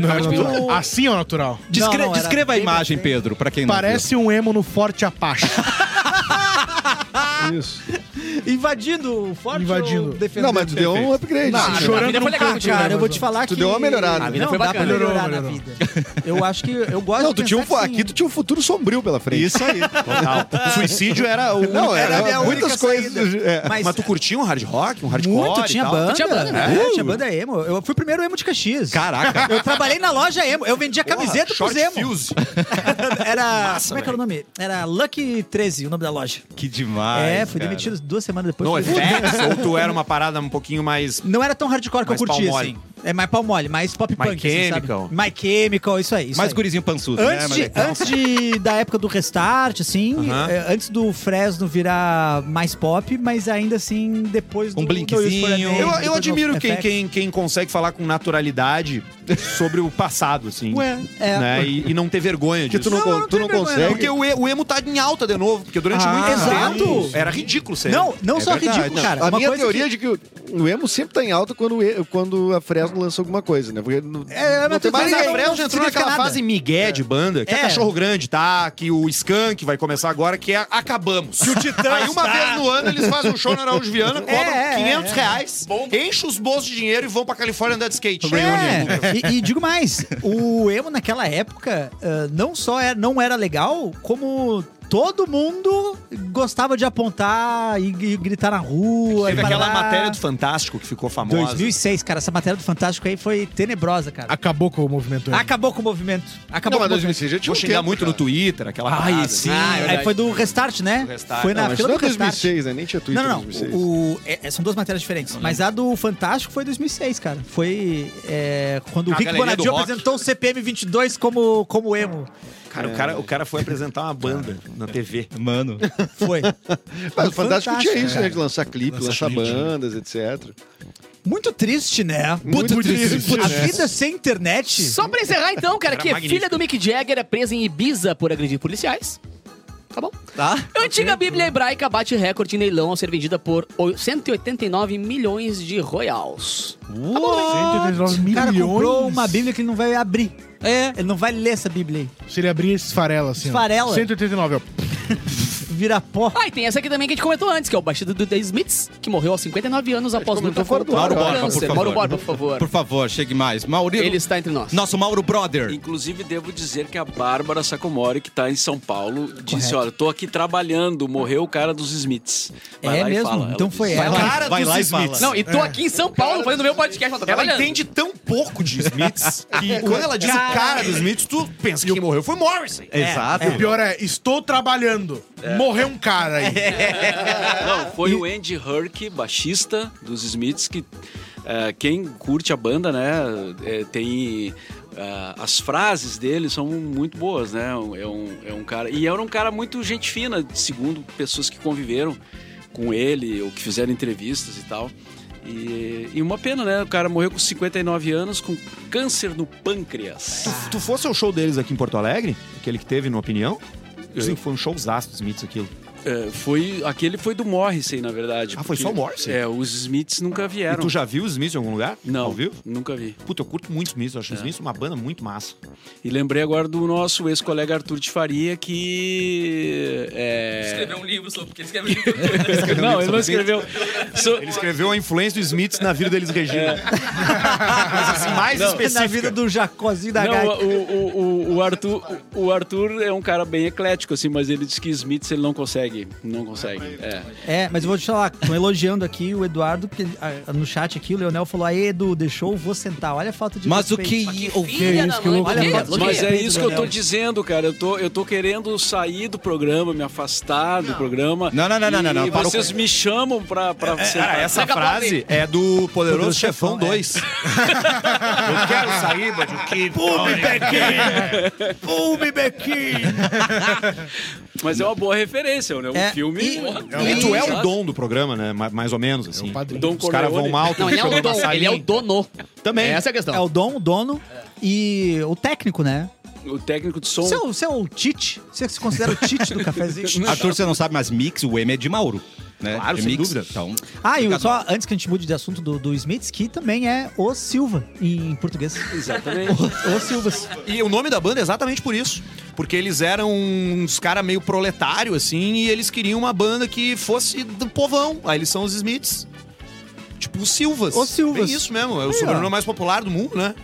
Não é natural. Assim é o natural.
Descre-
Não, não, era
descreva a
bem
imagem,
bem.
Pedro, pra quem não
Parece um emo no Forte Apache.
Isso.
Invadindo o forte
Invadindo.
ou defendendo?
Não, mas tu deu um upgrade.
Não, chorando
vida foi
num
legal
canto,
contigo,
Cara, eu vou
mas-
te falar
Tu
que...
deu uma melhorada.
A vida
não,
foi
dá pra
bacana.
melhorar
Melhorou,
na
melhorou.
vida. Eu acho que... Eu gosto
Não,
de
tu tinha um,
pensar
fu-
assim,
aqui tu tinha um futuro sombrio pela frente.
Isso aí.
Total. Suicídio era o.
Não,
Era a
era,
minha
muitas
única
coisas.
saída.
é.
Mas,
Mas tu curtia um hard rock, um hardcore?
muito,
e
tinha
tal?
banda.
Tinha banda, né?
É, tinha banda emo. Eu fui o primeiro emo de Caxias.
Caraca.
Eu trabalhei na loja emo. Eu vendia
Porra,
camiseta pros
short
emo.
fuse.
Era... como é que era o nome? Era Lucky 13, o nome da loja.
Que demais.
é, fui
cara.
demitido duas semanas depois.
No
Fui-
effects, é ou tu era uma parada um pouquinho mais.
Não era tão hardcore que
Mais
eu curtia,
pau mole.
assim. É mais pau mole, mais pop
My
punk, assim, sabe?
Chemical.
My Chemical, isso aí. Isso
Mais
aí.
gurizinho pançudo, né?
Antes,
Mas
de-
legal.
antes de- da época do restart, assim,
Aham.
eh, antes do Fresno virar mais pop, mas ainda assim, depois do.
Um
do Use for a
blinkzinho.
Name,
Eu,
depois
eu
do
admiro quem,
FX.
quem, quem consegue falar com naturalidade sobre o passado, assim.
Ué, é.
né? E, e não ter vergonha
Que
disso.
tu não,
Não,
con-
eu não
tu não
tenho vergonha,
consegue.
Porque o, e- o emo tá em alta de novo, porque durante
Ah,
muito
exato.
tempo era ridículo ser. É
Não, não só ridículo, cara.
a
Uma
minha
coisa
teoria é de que o- o emo sempre tá em alta quando, o e- quando a Fresno lança alguma coisa, né? Porque não,
É,
não
mas
tem
tu vai-
mais
Mas a
não-
nada.
Fresno
não
entrou naquela
significa nada.
fase migué de banda, que é.
É.
Cachorro Grande, tá? Que o Skank vai começar agora, que é Acabamos. Que o Titã Aí uma vez no ano eles fazem um show na Araújo Viana, cobram
tá. É, é,
500 reais, enchem os bolsos de dinheiro e vão pra Califórnia andar de skate.
É, e, e digo mais, o emo naquela época ah, não só era- não era legal, como todo mundo gostava de apontar e, e gritar na rua.
Teve
e
aquela
parar.
matéria do Fantástico que ficou famosa.
2006, cara, essa matéria do Fantástico aí foi tenebrosa, cara.
Acabou com o movimento emo.
Acabou com o movimento. Acabou
Não,
com
mas
o movimento.
2006 já tinha
Vou
um
xingar
tempo,
muito
cara.
no Twitter, aquela
Ai,
parada.
sim.
Aí foi do Restart, né?
Restart.
Foi na
Não, mas
fila
não é
do Restart.
2006, né? Nem tinha Twitter
Não,
em
não, não.
2006.
O- é- são duas matérias diferentes.
Uhum.
Mas a do Fantástico foi 2006, cara. Foi é, quando
A
o Rick
galeria do
Bonadio
rock.
apresentou o CPM 22 como, como emo.
Cara, É o cara, o cara foi apresentar uma banda na TV.
Mano.
Foi.
Mas o Fantástico tinha
Fantástico,
isso, né? De lançar clipe, lançar bandas, etc.
Muito triste, né?
Muito triste,
A
né?
vida sem internet.
Só pra encerrar então, cara,
Era
que
magnífico.
filha do Mick Jagger é presa em Ibiza por agredir policiais. Tá bom?
Tá.
Antiga Bíblia hebraica bate recorde em leilão ao ser vendida por o- 189 milhões de royals.
139
O cara comprou
milhões.
uma bíblia que ele não vai abrir. É. Ele não vai ler essa bíblia aí.
Se ele abrir, esfarela, assim. ó.
Esfarela.
189, ó.
Vira pó.
Ah, e tem essa aqui também que a gente comentou antes, que é o baixista do The Smiths, que morreu aos 59 anos após luta
comentou fora
contra
do ar,
o
eu acho,
câncer.
por favor.
Mauro Borba, por favor.
Por favor, chegue mais. Mauro.
Ele está entre nós.
Nosso Mauro Brother.
Inclusive, devo dizer que a Bárbara Sacomori, que tá em São Paulo, disse: Olha, tô aqui trabalhando, morreu o cara dos Smiths. Vai
É
lá e
mesmo?
fala.
Então
Ela
foi
disse,
ela.
Cara
vai
dos
lá e fala.
Smiths.
Não, e tô aqui em São Paulo fazendo meu podcast. mas tô
Ela
trabalhando.
entende tão pouco de Smiths que quando ela diz o É, cara dos Smiths, tu pensa que quem morreu foi Morrissey.
Exato.
O pior é, estou trabalhando. Morreu um cara aí.
Não, foi o Andy Herc, baixista dos Smiths, que eh, quem curte a banda, né, eh, tem... ah, as frases dele são muito boas, né? É um, é um cara... E era um cara muito gente fina, segundo pessoas que conviveram com ele, ou que fizeram entrevistas e tal. E, e uma pena, né? O cara morreu com 59 anos, com câncer no pâncreas.
Tu, tu fosse ao show deles aqui em Porto Alegre, aquele que teve no Opinião? Sim, foi um showzaço dos Smiths aquilo.
É, foi, aquele foi do Morrissey, na verdade.
Ah, foi
porque-
só o Morrissey? Ah,
É, os Smiths nunca
E
vieram.
tu já viu os Smiths em algum lugar?
Não,
Ao vivo?
nunca vi.
Puta, eu curto muito os Smiths. Eu acho os Smiths uma banda muito massa.
E lembrei agora do nosso ex-colega Arthur de Faria, que... É...
Escrever um livro sobre... Porque ele escreveu um livro
Não, ele não escreveu. So-
Ele escreveu a influência dos Smiths na vida deles, Regina. Mas assim, mais
Na
específica.
vida do Jacozinho da Gai.
Não, o, o, o, o Arthur, o Arthur é um cara bem eclético, assim, mas ele diz que Smiths ele não consegue. Não consegue. É.
É, mas eu vou te falar, tô elogiando aqui o Eduardo, porque ah, no chat aqui o Leonel falou, aí Edu, deixou, eu vou sentar. Olha a falta de
Mas o
respeito.
que...
sobre filha da mãe.
Olha,
bloqueia,
mas-
bloqueia.
Mas é
Respeito,
isso que eu tô
Leonel.
dizendo, cara. Eu tô, eu tô querendo sair do programa, me afastar do programa.
Não, não, não, não, não, não,
E
parou
vocês
com-
me chamam pra, pra sentar.
Cara, essa frase é do Poderoso Chefão 2. Eu quero sair, mas o que...
Mas é uma boa referência, né? Um
É,
filme.
e-
E tu é o
Exato.
dom do programa, né? Ma- Mais ou menos, assim.
padrinho.
Dom
Os caras vão
Corleone.
mal, tu
Não, ele é
chegou
o
na
dono. Ele é o
salinha.
dono.
Também.
Essa é a questão.
É o dom, o dono e o técnico, né?
O técnico de som.
Você é, o- você é o Tite? Você se considera o Tite do cafezinho?
Arthur, você não sabe, mas Mix, o M é de Mauro. Né?
Claro,
de
sem
mix.
dúvida.
Então,
Ah, e só antes que a gente mude de assunto do, do Smiths, que também é o Silva em português.
Exatamente.
O, o Silvas.
E o nome da banda é exatamente por isso. Porque eles eram uns caras meio proletário, assim, e eles queriam uma banda que fosse do povão. Aí eles são os Smiths. Tipo, os Silvas.
Os Silvas.
Bem isso mesmo. É o
Aí, ó.
sobrenome mais popular do mundo, né?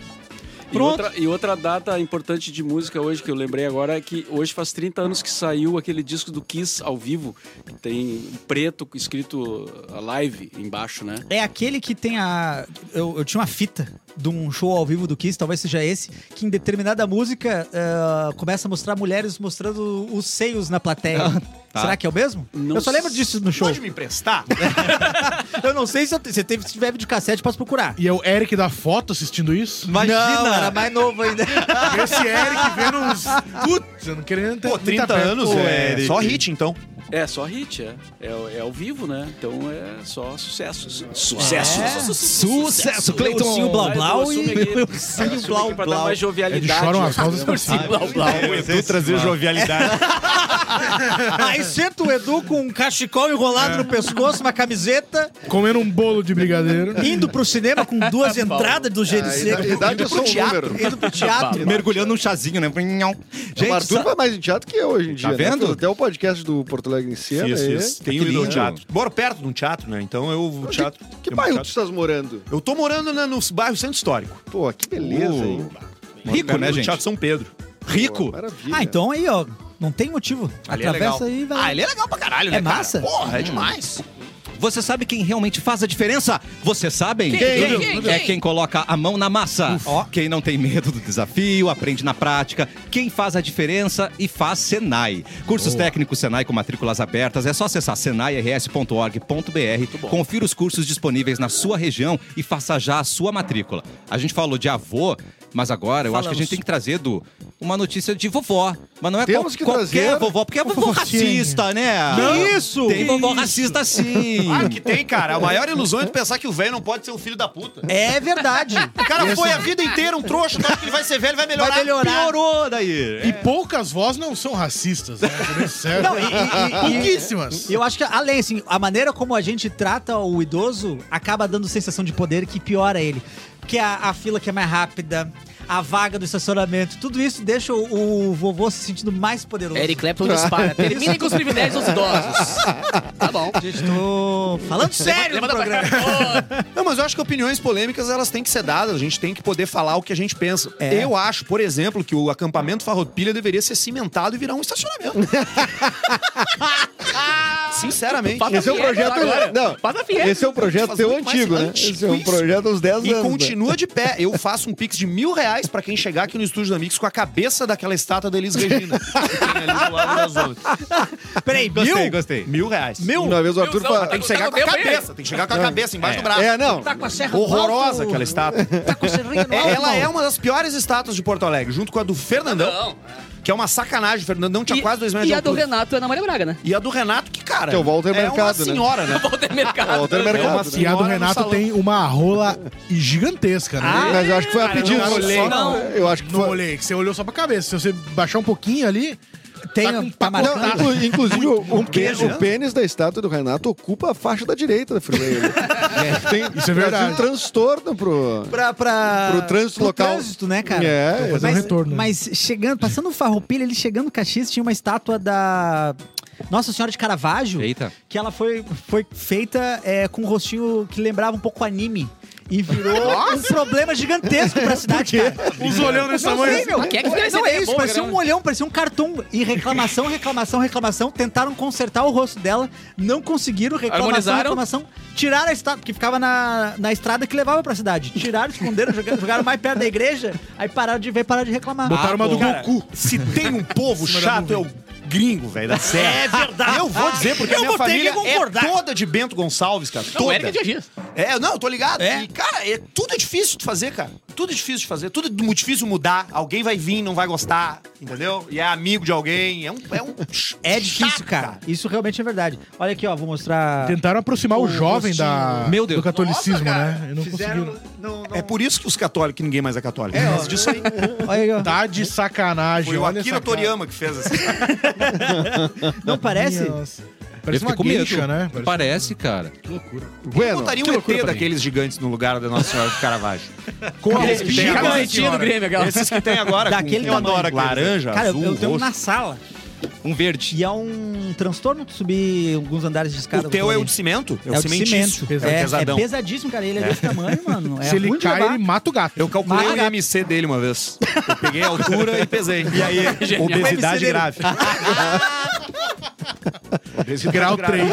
E outra, e outra data importante de música hoje que eu lembrei agora é que hoje faz 30 anos que saiu aquele disco do Kiss ao vivo, que tem preto escrito uh, live embaixo, né?
É aquele que tem a. Eu, eu tinha uma fita de um show ao vivo do Kiss, talvez seja esse, que em determinada música eh, começa a mostrar mulheres mostrando os seios na plateia.
tá.
Será que é o mesmo?
Não
eu só lembro
s-
disso no show.
Pode me emprestar?
Eu não sei se eu, se, teve, se tiver vídeo cassete, posso procurar.
E é o Eric da foto assistindo isso?
imagina!
Não, era mais novo ainda.
Esse Eric vendo uns. Putz, eu não queria nem ter.
Pô,
nem
30
tá perto.
anos,
Pô,
é
Eric.
só hit, então.
É só hit, é. É, é ao vivo, né? Então é só sucesso. Su- Sucesso!
É.
Sucesso, Cleiton!
Cleitonzinho Blau
Mas
Blau
eu
e.
assumo aqui-
Eu assumo
assumo
Blau
aqui pra dar
Blau.
mais
Eles
jovialidade.
choram
né?
as pausas pra cima.
Blau Blau.
Eu trazer jovialidade.
Aí senta Ah, o Edu com um cachecol enrolado no pescoço, uma camiseta,
Comendo um bolo de brigadeiro.
indo pro cinema com duas entradas do
A
GNC.
idade, a idade é só um número.
Indo pro teatro.
Mergulhando um chazinho, né?
o
Gente,
Arthur
sa-
vai mais em teatro que eu hoje em
Tá
dia. né?
vendo?
Fiz Até o podcast do Porto Alegre em cena.
Isso,
é.
isso. Tenho
Que
ido ao
lindo.
teatro. Moro perto de um teatro, né? Então eu o teatro.
Que
eu-
bairro tu estás morando?
Eu tô morando na- no bairro Centro Histórico.
Pô, que beleza,
Uh,
hein?
rico,
Perto
né,
do
gente?
Teatro São Pedro.
Pô,
Rico.
maravilha.
Ah, então aí, ó. Não tem motivo.
Ali é
Atravessa
legal.
aí, vai. lá.
Ah, ele é legal pra caralho,
É
né? cara?
massa?
Porra, é demais.
Você sabe quem realmente faz a diferença? Vocês sabem?
Quem? Quem?
É
Quem?
quem coloca a mão na massa.
Ó.
Quem não tem medo do desafio, aprende na prática. Quem faz a diferença e faz Senai. Cursos técnicos Senai com matrículas abertas. É só acessar senairs.org.br. Confira os cursos disponíveis na sua região e faça já a sua matrícula. A gente falou de avô, mas agora eu acho que a gente tem que trazer do uma notícia de vovó. Mas não é
Temos
qual-
que
qualquer
trazer
vovó, porque é vovó
vovotinha.
racista, né?
Que isso?
Tem vovó
Que
racista assim. sim.
Claro Ah, que tem, cara. A maior ilusão é tu pensar que o velho não pode ser um filho da puta.
É verdade.
O cara foi a vida inteira um trouxa, tu acha que ele vai ser velho, vai melhorar.
Vai melhorar.
Piorou daí.
E poucas vozes não são racistas, né? Sendo bem sério.
Não, e- e- e-
Pouquíssimas.
E eu acho que, além, assim, a maneira como a gente trata o idoso acaba dando sensação de poder que piora ele. Porque a, a fila que é mais rápida, a vaga do estacionamento, tudo isso deixa o, o vovô se sentindo mais poderoso.
Eric Clapton dispara. Terminem com os privilégios dos idosos. Tá bom.
Gente, tô falando sério no
Levanta pra
programa.
cá.
Não, mas eu acho que opiniões polêmicas elas têm que ser dadas. A gente tem que poder falar o que a gente pensa.
É.
Eu acho, por exemplo, que o acampamento Farroupilha deveria ser cimentado e virar um estacionamento. Sinceramente.
Esse é um projeto. Não,
Passa a fiel.
esse é um projeto
Faz
teu
muito mais
antigo, né?
antigo
Esse é um
isso.
projeto aos 10
E
anos. né?
continua de pé. Eu faço um pix de mil reais pra quem chegar aqui no estúdio da Mix com a cabeça daquela estátua da Elis Regina. que tem ali do lado das outras.
Peraí,
Gostei,
mil?
gostei.
Mil reais. Mil?
Uma vez o Arthur
Deus,
fala.
tá
Tem que chegar com a
Tá com tempo aí?
cabeça. Tem que chegar com a cabeça embaixo do braço.
É, não.
Tá com a serra no alto?
Horrorosa aquela estátua.
Tá com a serrinha no
É,
alto,
ela
não?
é uma das piores estátuas de Porto Alegre, junto com a do Fernandão, que é uma sacanagem. O Fernandão tinha
E-
quase dois um metros
E
de
a do
altura.
Renato é Ana Maria Braga, né?
E a do Renato, que, cara,
Que é o Walter
é
Mercado, né?
uma senhora, né?
Volta ao mercado.
Walter
É uma
Mercado. né?
senhora
E a do
no
Renato
salão.
tem uma rola gigantesca, né?
Mas eu acho que foi a pedido.
não olhei.
Eu acho que
Não
foi.
olhei, que você olhou só pra cabeça. Se você baixar um pouquinho ali,
Tem,
com um
tá marcando.
Não, inclu- inclusive, o, o pênis, o pênis da estátua do Renato ocupa a faixa da direita da freeway. Tem,
Isso é verdade.
Um transtorno pro...
Pra, pra,
Pro trânsito local.
Ah, trânsito, né, cara?
É,
Fazer um
Mas,
retorno.
mas chegando, passando o Farroupilha, ele chegando no Caxias, tinha uma estátua da Nossa Senhora de Caravaggio,
Eita.
que ela foi, foi feita é, com um rostinho que lembrava um pouco anime. E virou um problema gigantesco pra cidade, cara.
Os
assim,
olhão nesse
Não sei,
tamanho.
meu.
Quem é que teve essa
não é
ideia
isso,
boa,
parecia
cara?
um olhão, parecia um cartão. E reclamação, reclamação, reclamação. Tentaram consertar o rosto dela, não conseguiram. Reclamação,
Harmonizaram?
reclamação. Tiraram a estátua, porque ficava na, na estrada que levava pra cidade. Tiraram, esconderam, jogaram, jogaram mais perto da igreja. Aí pararam de ver, pararam de reclamar.
Botaram uma do
Cara,
Goku.
se tem um povo chato, é o gringo, velho, da série. É verdade. Eu vou dizer, porque
Eu
a minha
vou ter que
família é
concordar.
toda de Bento Gonçalves, cara.
Não,
toda.
era que tinha dias.
É, não, eu tô ligado.
É.
E, cara, é- tudo é difícil de fazer, cara. Tudo é difícil de fazer. Tudo é muito difícil mudar. Alguém vai vir, não vai gostar, entendeu? E é amigo de alguém. É um. É, um
É difícil,
chato,
cara. Isso realmente é verdade. Olha aqui, ó, vou mostrar.
Tentaram aproximar o
O
jovem da,
rostinho.
Meu Deus.
do catolicismo, né? E não
Fizeram.
conseguiram.
Não, não.
É por isso que os católicos, ninguém mais é católico. É, mas disso aí.
Olha aqui, ó.
Tá de sacanagem.
Foi o
olha
Akira
essa
Toriyama que fez assim. essa.
Não parece?
cara. Nossa. Parece
Eu fiquei
uma
com medo.
guincha, né?
Parece,
Parece-
cara.
Eu
Bueno,
botaria um
loucura
ET
pra mim.
daqueles gigantes no lugar da Nossa Senhora de Caravaggio.
Com a-
Esse que tem agora.
Gigantinho do Grêmio, aquela.
Esses que tem agora.
Daquele
com, eu adoro
tamanho.
aqueles. Laranja,
Cara, eu-
azul,
eu tenho um
roxo.
na sala.
Um verde.
E é um transtorno tu subir alguns andares de escada.
O teu é o
Botafogo.
de cimento? É,
É
o
o de
cimentício.
cimento.
É o
É, é
pesadão.
pesadíssimo, cara. Ele é desse tamanho, mano. É
Se ele
ruim de
cai,
levar.
ele mata o gato.
Eu calculei
Mas-
o IMC dele uma vez. Eu peguei a altura e pesei. E aí,
obesidade grave.
Grau 3.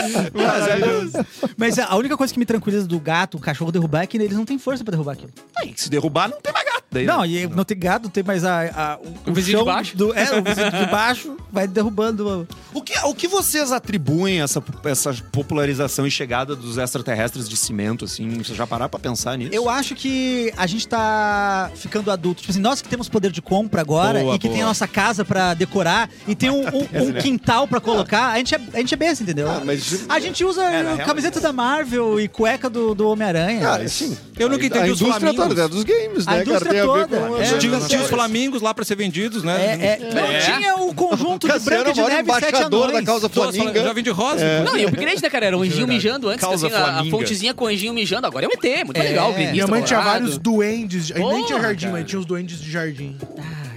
Mas a única coisa que me tranquiliza do gato, o cachorro derrubar, é que eles não têm força pra derrubar aquilo.
Aí, se derrubar, não tem mais gato. Daí, né?
Não, e não tem gado, tem mais a, a- o,
O vizinho
chão
de baixo?
Do, é, o vizinho de baixo vai derrubando.
O que, o que vocês atribuem essa, essa popularização e chegada dos extraterrestres de cimento, assim? Vocês já pararam pra pensar nisso?
Eu acho que a gente tá ficando adulto. Tipo assim, nós que temos poder de compra agora
Boa,
e que
boa.
tem a nossa casa pra decorar e tem um, um- um quintal pra colocar, a gente é, a gente é besta, entendeu?
Ah, mas-
A gente usa camiseta da Marvel e cueca do, do Homem-Aranha.
cara, ah, sim.
Eu nunca
A
entendi os
indústria
flamingos.
atualidade dos games,
A
né, cara? Tem
indústria
a ver
toda.
com...
É,
as
Tinha,
outras
tinha os
séries.
flamingos lá pra ser vendidos,
É,
né?
é- não tinha o conjunto de
Cassiano
Branca de
Mora é
Neve e Sete
embaixador
Anões.
da causa
Duas fala- Já
flaminga.
vim de rosa.
Não, e o upgrade, né, cara? Era um anjinho mijando antes,
Causa
assim, a, a
Flaminga.
fontezinha com o anjinho mijando. Agora é um ET, muito legal. tá Gremista,
Minha mãe tinha
colorado.
vários duendes. Aí nem tinha
Porra,
jardim, mas tinha os duendes de jardim.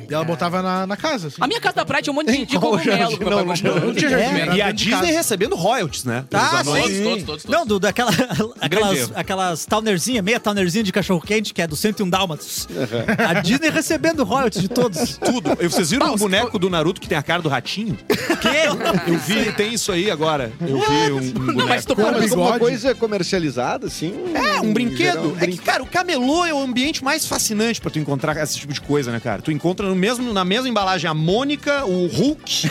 e ela botava na, na casa, assim.
A minha casa da praia tinha um monte de, de cogumelo. que meu pai comprou.
Não tinha jardim.
É.
era
E a
dentro de
Disney
casa.
recebendo royalties, né?
Ah,
Pelos anões.
sim.
Todos, todos, todos, todos.
Não, do, daquela, aquelas,
erro.
aquelas townerzinha, meia townerzinha de cachorro-quente, que é do 101 Dálmatas. A Disney recebendo royalties de todos.
Tudo. E vocês viram o boneco do Naruto que tem a cara do ratinho?
Que?
Eu vi, tem isso aí agora. Eu vi um, um
Não,
boneco.
mas tu
Não,
para
mas uma
bigode.
coisa comercializada, assim...
É, um
em
brinquedo.
geral, um
É que, cara, o camelô é o ambiente mais fascinante pra tu encontrar esse tipo de coisa, né, cara? Tu encontra no mesmo, na mesma embalagem a Mônica, o Hulk,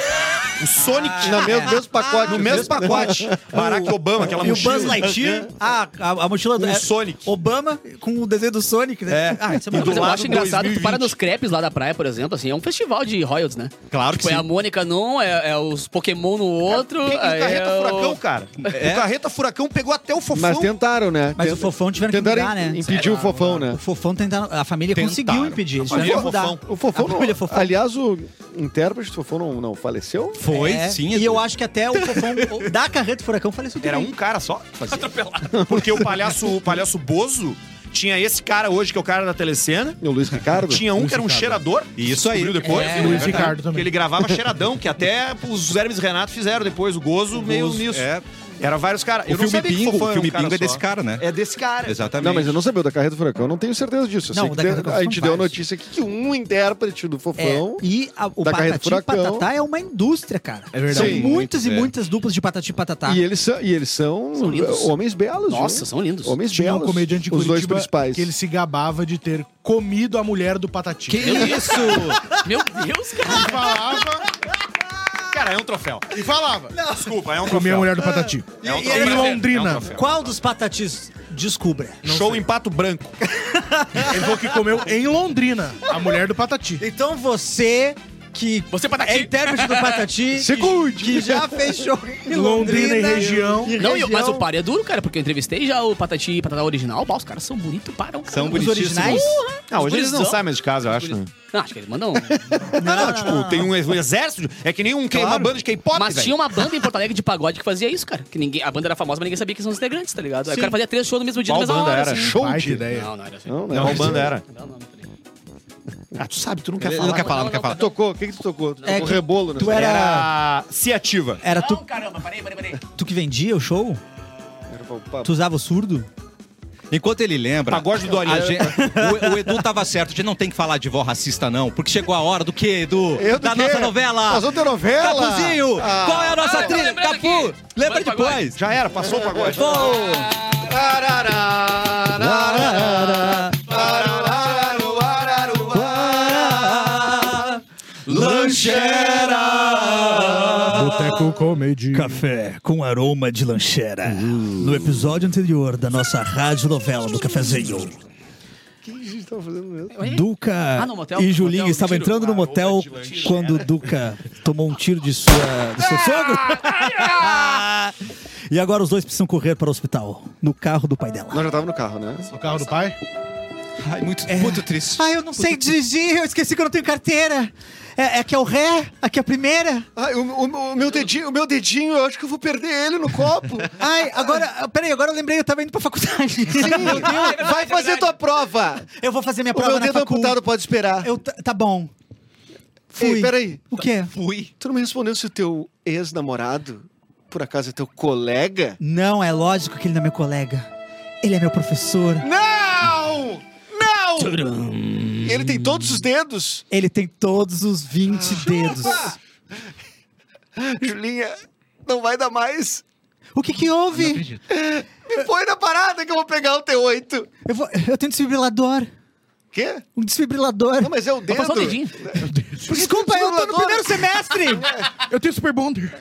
o Sonic.
Na mesmo, mesmo
Ah,
pacote.
No mesmo pacote. Barack Obama, aquela
E o
mochila.
Buzz Lightyear, a, a, a mochila do
Com o
é,
Sonic.
Obama com o desenho do Sonic, né?
É.
Ah, isso é
E do
Mas eu
maravilhoso.
lado
acho engraçado, tu
2020.
para nos crepes lá da praia, por exemplo, assim, é um festival de royalties, né?
Claro que
Tipo, é
sim.
a Mônica num, é, é os Pokémon no outro.
Tem o
aí
Carreta
é o-
Furacão, cara. O Carreta Furacão pegou até o fofão.
Mas
um-
tentaram, né?
Mas
Tent-
o Fofão tiveram que
Tentaram
mudar, né?
impedir o Fofão, né?
O Fofão tentaram... A família
Tentaram.
conseguiu impedir. Eles
A família
tiveram que mudar.
Fofão.
O Fofão
A
não...
família Fofão.
Aliás, o intérprete do Fofão não, não faleceu?
Foi,
É,
sim.
E eu acho que até o Fofão o- da Carreta Furacão faleceu
Era
também.
um cara só? Atropelado. Porque o palhaço, o palhaço Bozo tinha esse cara hoje, que é o cara da telecena.
O Luiz Ricardo?
Tinha um que era um cheirador.
Isso aí.
Descobriu depois.
É, Luiz Ricardo também.
Que ele gravava cheiradão, que até os Hermes e Renato fizeram depois. O Gozo, meio
Gozo,
nisso.
é.
Era vários caras.
O
Eu não
filme
sabia que
Bingo,
Fofão
o
era um
filme
cara
Bingo é
só.
desse cara, né?
É desse cara.
Exatamente.
Não, mas eu não sabia o da Carreta do Furacão, eu não tenho certeza disso. Eu
Não,
sei
o
que
da
de-
Carreta do
a
Furacão
gente deu a
vários.
notícia aqui que um intérprete do
É,
Fofão.
e a- o
da Carreta
Patati e
Furacão.
Patatá é uma indústria, cara. É
verdade.
Sim,
São muitas e
é.
muitas duplas de Patati e Patatá.
E eles são, e eles tá. são,
São lindos.
homens belos.
Nossa,
viu?
são lindos.
Homens
Tinha um
belos.
comediante de
os
Curitiba
dois principais.
que ele se gabava de ter comido a mulher do Patati.
Que isso!
Meu Deus, cara.
Ele falava
Cara, é um troféu.
e falava.
Desculpa, é um
Comi a
troféu.
mulher do Patati.
É um
E-
troféu.
e-
É um
Londrina.
troféu.
Qual dos patatis descubra?
Show em pato branco.
Ele falou que comeu em Londrina a mulher do Patati.
Então você que
Você para
é intérprete do Patati,
Se cuide.
que já fechou em
Londrina
Londrina,
e região.
e
Não, e eu- mas o
região.
par é duro, cara, porque eu entrevistei já o Patati e Patata Original. Bah, os caras são bonitos para um cara.
São
Os
bonitíssimos.
originais?
Ah, hoje eles não
gurizão.
saem mais de casa, eu acho. né?
Não, acho que eles mandam.
Não, tipo, tem um ex- um exército. de- É que nem um, que- uma banda de K-pop,
Mas
velho.
um
tinha uma banda em Porto Alegre de pagode que fazia isso, cara. Que ninguém, a banda era famosa, mas ninguém sabia que são os integrantes, tá ligado? Aí o cara fazia três shows no mesmo dia, na
Qual
mesma
banda
hora.
era?
assim.
Show
Baita
de...
ideia.
Não, não era assim.
Não, não.
Não, qual banda era?
Não, não, não, peraí.
Ah, tu sabe, tu não quer
Ele
falar.
não quer falar,
não,
não quer
não,
falar.
Tocou, o que, que tu tocou? Tu
É
tocou
que
rebolo, né?
tu era-
Era... Se ativa.
Era tu,
Não, caramba, parei, parei, parei.
tu que vendia o show?
Era pra- pra-
Tu usava o surdo?
Enquanto ele lembra.
Pagode do Dorian.
a gente- o, o Edu tava certo, a gente não tem que falar de vó racista, não, porque chegou a hora do que, Edu?
Eu é do
da
quê?
nossa novela!
Nós vamos ter novela.
Capuzinho!
Ah.
Qual é a nossa
Ah, eu tô
trilha?
lembrando
Capu!
aqui.
Lembra
Banda Pagode.
depois!
Já era, passou o pagode.
Boteco Comedy.
Café com aroma de lanchera. No episódio anterior da nossa rádio novela do Cafezinho,
O que a gente tava fazendo mesmo?
Duca
Ah, no motel,
e
no
Julinho
motel,
estavam
tiro.
entrando no motel quando Duca tomou um tiro de sua, do seu sogro. e agora os dois precisam correr para o hospital, no carro do pai dela.
Nós já tava no carro, né?
O carro do pai?
Ai, muito, muito triste.
Ah, eu não sei dirigir, eu esqueci que eu não tenho carteira. É, aqui é o ré, aqui é a primeira.
Ai, o, o- o meu dedinho, o meu dedinho, eu acho que eu vou perder ele no copo.
Ai, agora, peraí, agora eu lembrei, eu tava indo pra faculdade.
Vai fazer tua é prova.
Eu vou fazer minha
O
prova
meu
na
dedo
facu.
amputado pode esperar.
Eu, tá, tá bom. Fui.
Ei, peraí.
O quê?
Tu não me respondeu se o teu ex-namorado, por acaso, é teu colega?
Não, é lógico que ele não é meu colega. Ele é meu professor.
Não! Não! E ele tem todos os dedos?
Ele tem todos os 20
Ah,
dedos.
Julinha, não vai dar mais.
O que que houve?
Me põe na parada que eu vou pegar o T8.
Eu, vou- eu tenho um desfibrilador.
Quê?
Um desfibrilador.
Não, mas é o
Tá
dedo.
Passou o dedinho.
Desculpa, eu tô no
desfibrilador.
primeiro semestre.
Eu tenho Super Bonder.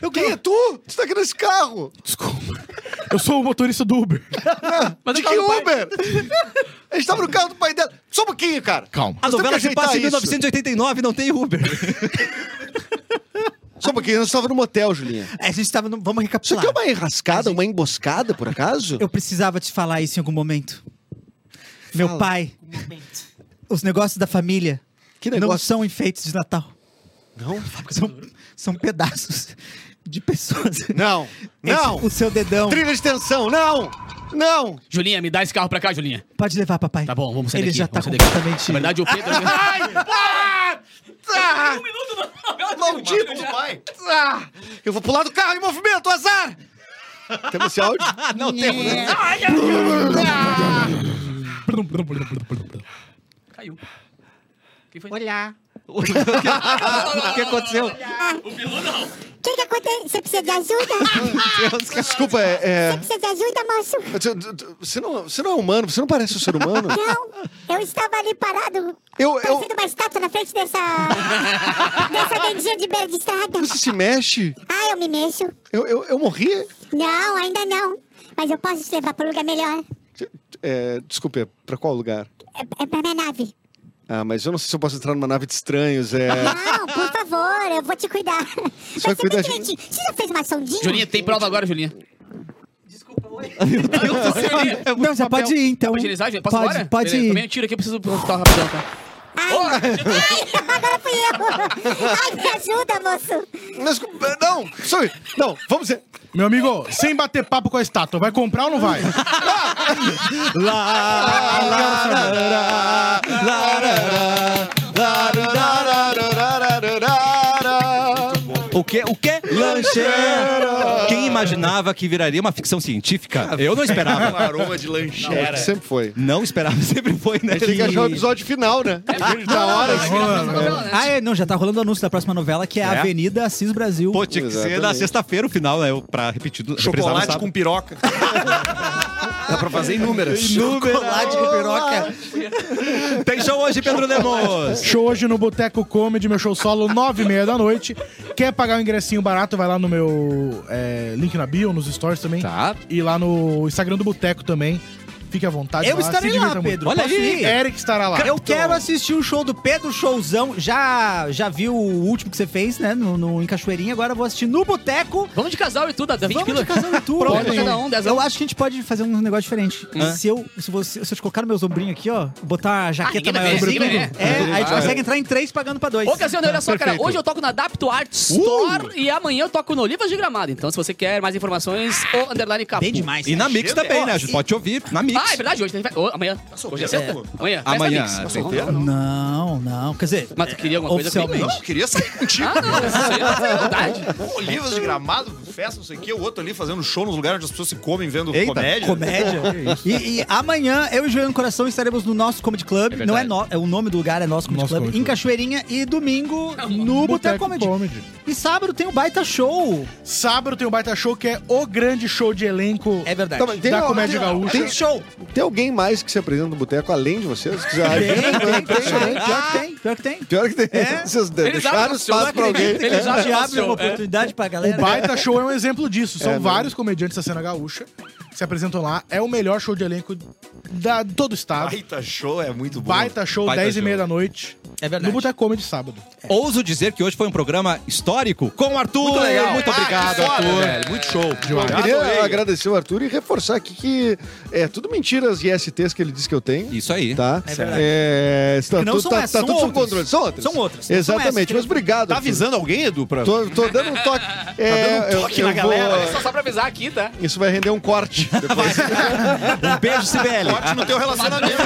Eu
Quem é tu? Tu tá aqui nesse carro.
Desculpa. Eu sou o motorista do Uber.
De que Uber? A gente tava no carro do pai dela. Só um pouquinho, cara.
Calma.
A
Nós temos
novela
que
se passa em
ajeitar isso.
1989, não tem Uber.
Só um pouquinho. Nós tava no motel, Julinha.
A gente tava no... Vamos
Isso
recapitular.
aqui é uma enrascada, uma emboscada, por acaso?
Eu precisava te falar isso em algum momento. Meu
Fala. Um
pai. Os negócios da família
Que
não
negócio.
são enfeites de Natal.
Não?
São, são pedaços de pessoas.
Não. Não.
Esse- o seu dedão.
Trilha de tensão, não! Não!
Julinha, me dá esse carro pra cá, Julinha.
Pode levar, papai.
Tá bom, vamos sair
Ele
daqui.
já tá
vamos sair daqui.
completamente...
Na verdade, o Pedro... tá! Um
Ah, maldito!
Maldito pai!
Ah, eu vou pular do carro em movimento, azar! Temos esse áudio?
não tem. né?
Caiu. Quem foi?
Olhar.
O que aconteceu?
O que, que aconteceu? Você precisa de ajuda?
Desculpa, é. é,
Precisa de ajuda, moço?
tu- tu- tu- Você não, você não é humano, você não parece um ser humano.
Não, eu estava ali parado,
Eu. eu
parecendo uma estátua na frente dessa. dessa vendinha de beira de estrada.
você se mexe?
Ah, eu me mexo.
Eu, eu, eu morri?
Não, ainda não. Mas eu posso te levar para um lugar melhor.
É, desculpa, é pra qual lugar?
É, é pra minha nave.
Ah, mas eu não sei se eu posso entrar numa nave de estranhos. É.
Não, por favor, eu vou te cuidar.
Só
Vai ser bem
cuida de-
direitinho. Você já fez uma sondinha?
Julinha, tem prova agora, Julinha.
Não, já pode ir, então.
Pode agilizar, Julinha? Posso
pode,
agora?
Pode
Beleza, Tomei
ir.
um tiro aqui, eu preciso pro hospital rapidão, tá?
Ai, ai, agora fui eu. Ai, me ajuda, moço.
Mas, não, sorry. Não, vamos ver.
Meu amigo, sem bater papo com a estátua, vai comprar ou não vai?
O que? O que? Lancheira! Quem imaginava que viraria uma ficção
Ah,
científica? Eu não
Um
esperava.
aroma de lancheira.
Sempre foi.
Não esperava, sempre foi, né?
A gente tem que achar o episódio final, né?
É
Da hora.
né?
Ah, é, não, já tá rolando o anúncio da próxima novela, que é,
É?
Avenida Assis Brasil.
Pô, tinha que ser na
Exatamente.
sexta-feira o final, né? Eu- Pra repetir. do- reprisar no
Chocolate
sábado.
com piroca. Dá pra fazer inúmeras.
Chocolate com piroca.
Tem show hoje, Pedro Lemos!
Show hoje no Boteco Comedy, meu show solo, nove e meia da noite. Quer pagar um ingressinho barato, vai lá no meu é, link na bio, nos stories também.
Tá.
E lá no Instagram do Boteco também. Fique à vontade.
Eu
lá,
estarei
se
lá,
divirta muito.
Pedro, Olha posso aí. ir?
Eric estará lá.
Eu quero assistir o show do Pedro Showzão. Já, já vi o último que você fez, né? No, no- em Cachoeirinha. Agora eu vou assistir no Boteco.
Vamos de casal e tudo, dá 20
Vamos
pila.
de casal e tu.
Pronto,
Olha aí.
cada um, dezão.
Eu acho que a gente pode fazer um negócio diferente.
Hã? Ah,
Se eu, se, você, se eu te colocar meus ombrinhos aqui, ó, botar a jaqueta
ninguém vai
maior
ver,
sobretudo,
ninguém vai
é, a gente consegue entrar em três pagando pra dois.
Ô, Cassiano, olha só, cara.
Perfeito.
Hoje eu toco na Adapto
Uh!
Art Store e amanhã eu toco no Olivas de Gramado. Então, se você quer mais informações, o Underline Capu.
Bem demais.
E na Mix também, né? A gente pode te ouvir na Mix.
Ah, é verdade, hoje tem fe- ô, amanhã. Hoje é sexta? Amanhã. Festa
Amanhã.
Mix.
tem tempo?
Não, não. Quer dizer,
Mas tu queria alguma coisa é comigo?
oficialmente.
Eu queria sair contigo.
Ah, não, você é verdade.
Um Olivas de gramado, festa, não sei o quê. O outro ali fazendo show nos lugares onde as pessoas se comem vendo
Eita,
comédia.
Comédia. e, e amanhã, eu e João Coração estaremos no nosso Comedy Club.
verdade.
não é, no, é o nome do lugar, é nosso Comedy
Nosso
Club.
Comedy
em
Club.
Cachoeirinha. E domingo no Boteco
Boteco
Comedy.
Comedy.
E sábado tem o baita show.
Sábado tem o Baita Show, que é o grande show de elenco
É verdade.
Tá, mas
da
uma-
comédia
tem-
gaúcha.
Tem,
show.
tem alguém mais que se apresenta no boteco além de vocês? Que já-
Tem, tem,
É
tem,
impressionante.
Pior que tem, pior que tem.
Pior que tem.
É.
Vocês deixaram
abrem o
espaço
show,
pra alguém.
acredito. Eles
A gente
acham o
abre
show,
uma
é.
oportunidade pra
O
galera.
Baita Show é um exemplo disso. São vários comediantes da cena gaúcha que se apresentam lá. É o melhor show de elenco da, de todo o estado.
Baita show, é muito bom.
Baita Show,
Baita
10 e meia
show.
da noite.
É verdade.
No Boteco Comedy, sábado.
Ouso dizer que hoje foi um programa histórico com o Arthur. Muito
legal.
Muito
Ah, que
obrigado,
foda,
Arthur.
velho.
Muito show.
Eu queria agradecer o Arthur e reforçar aqui que é tudo mentiras e STs que ele disse que eu tenho.
Isso aí.
Tá?
É verdade.
É, tá
Que não
tudo-
são
tá,
essas,
tá
são
tudo sob
outras.
controle. São outras.
São outras, não são essas
Exatamente,
que-
mas obrigado.
Tá
Arthur.
avisando alguém, Edu? Pra...
Tô, tô dando um toque. É,
dando um toque na
vou-
galera.
Só, só pra avisar aqui, tá?
Isso vai render um corte. Depois.
Um beijo, Sibeli.
Corte no teu relacionamento.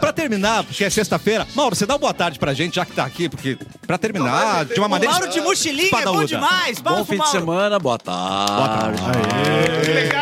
Pra terminar, porque é sexta-feira, Mauro, você dá uma boa tarde pra gente, já que tá aqui, porque pra
Ah,
terminar, de uma maneira.
Mauro de mochilinha é bom
espadaúda.
demais. Palmas pro
Bom fim de
Mauro.
semana, boa tarde.
que legal.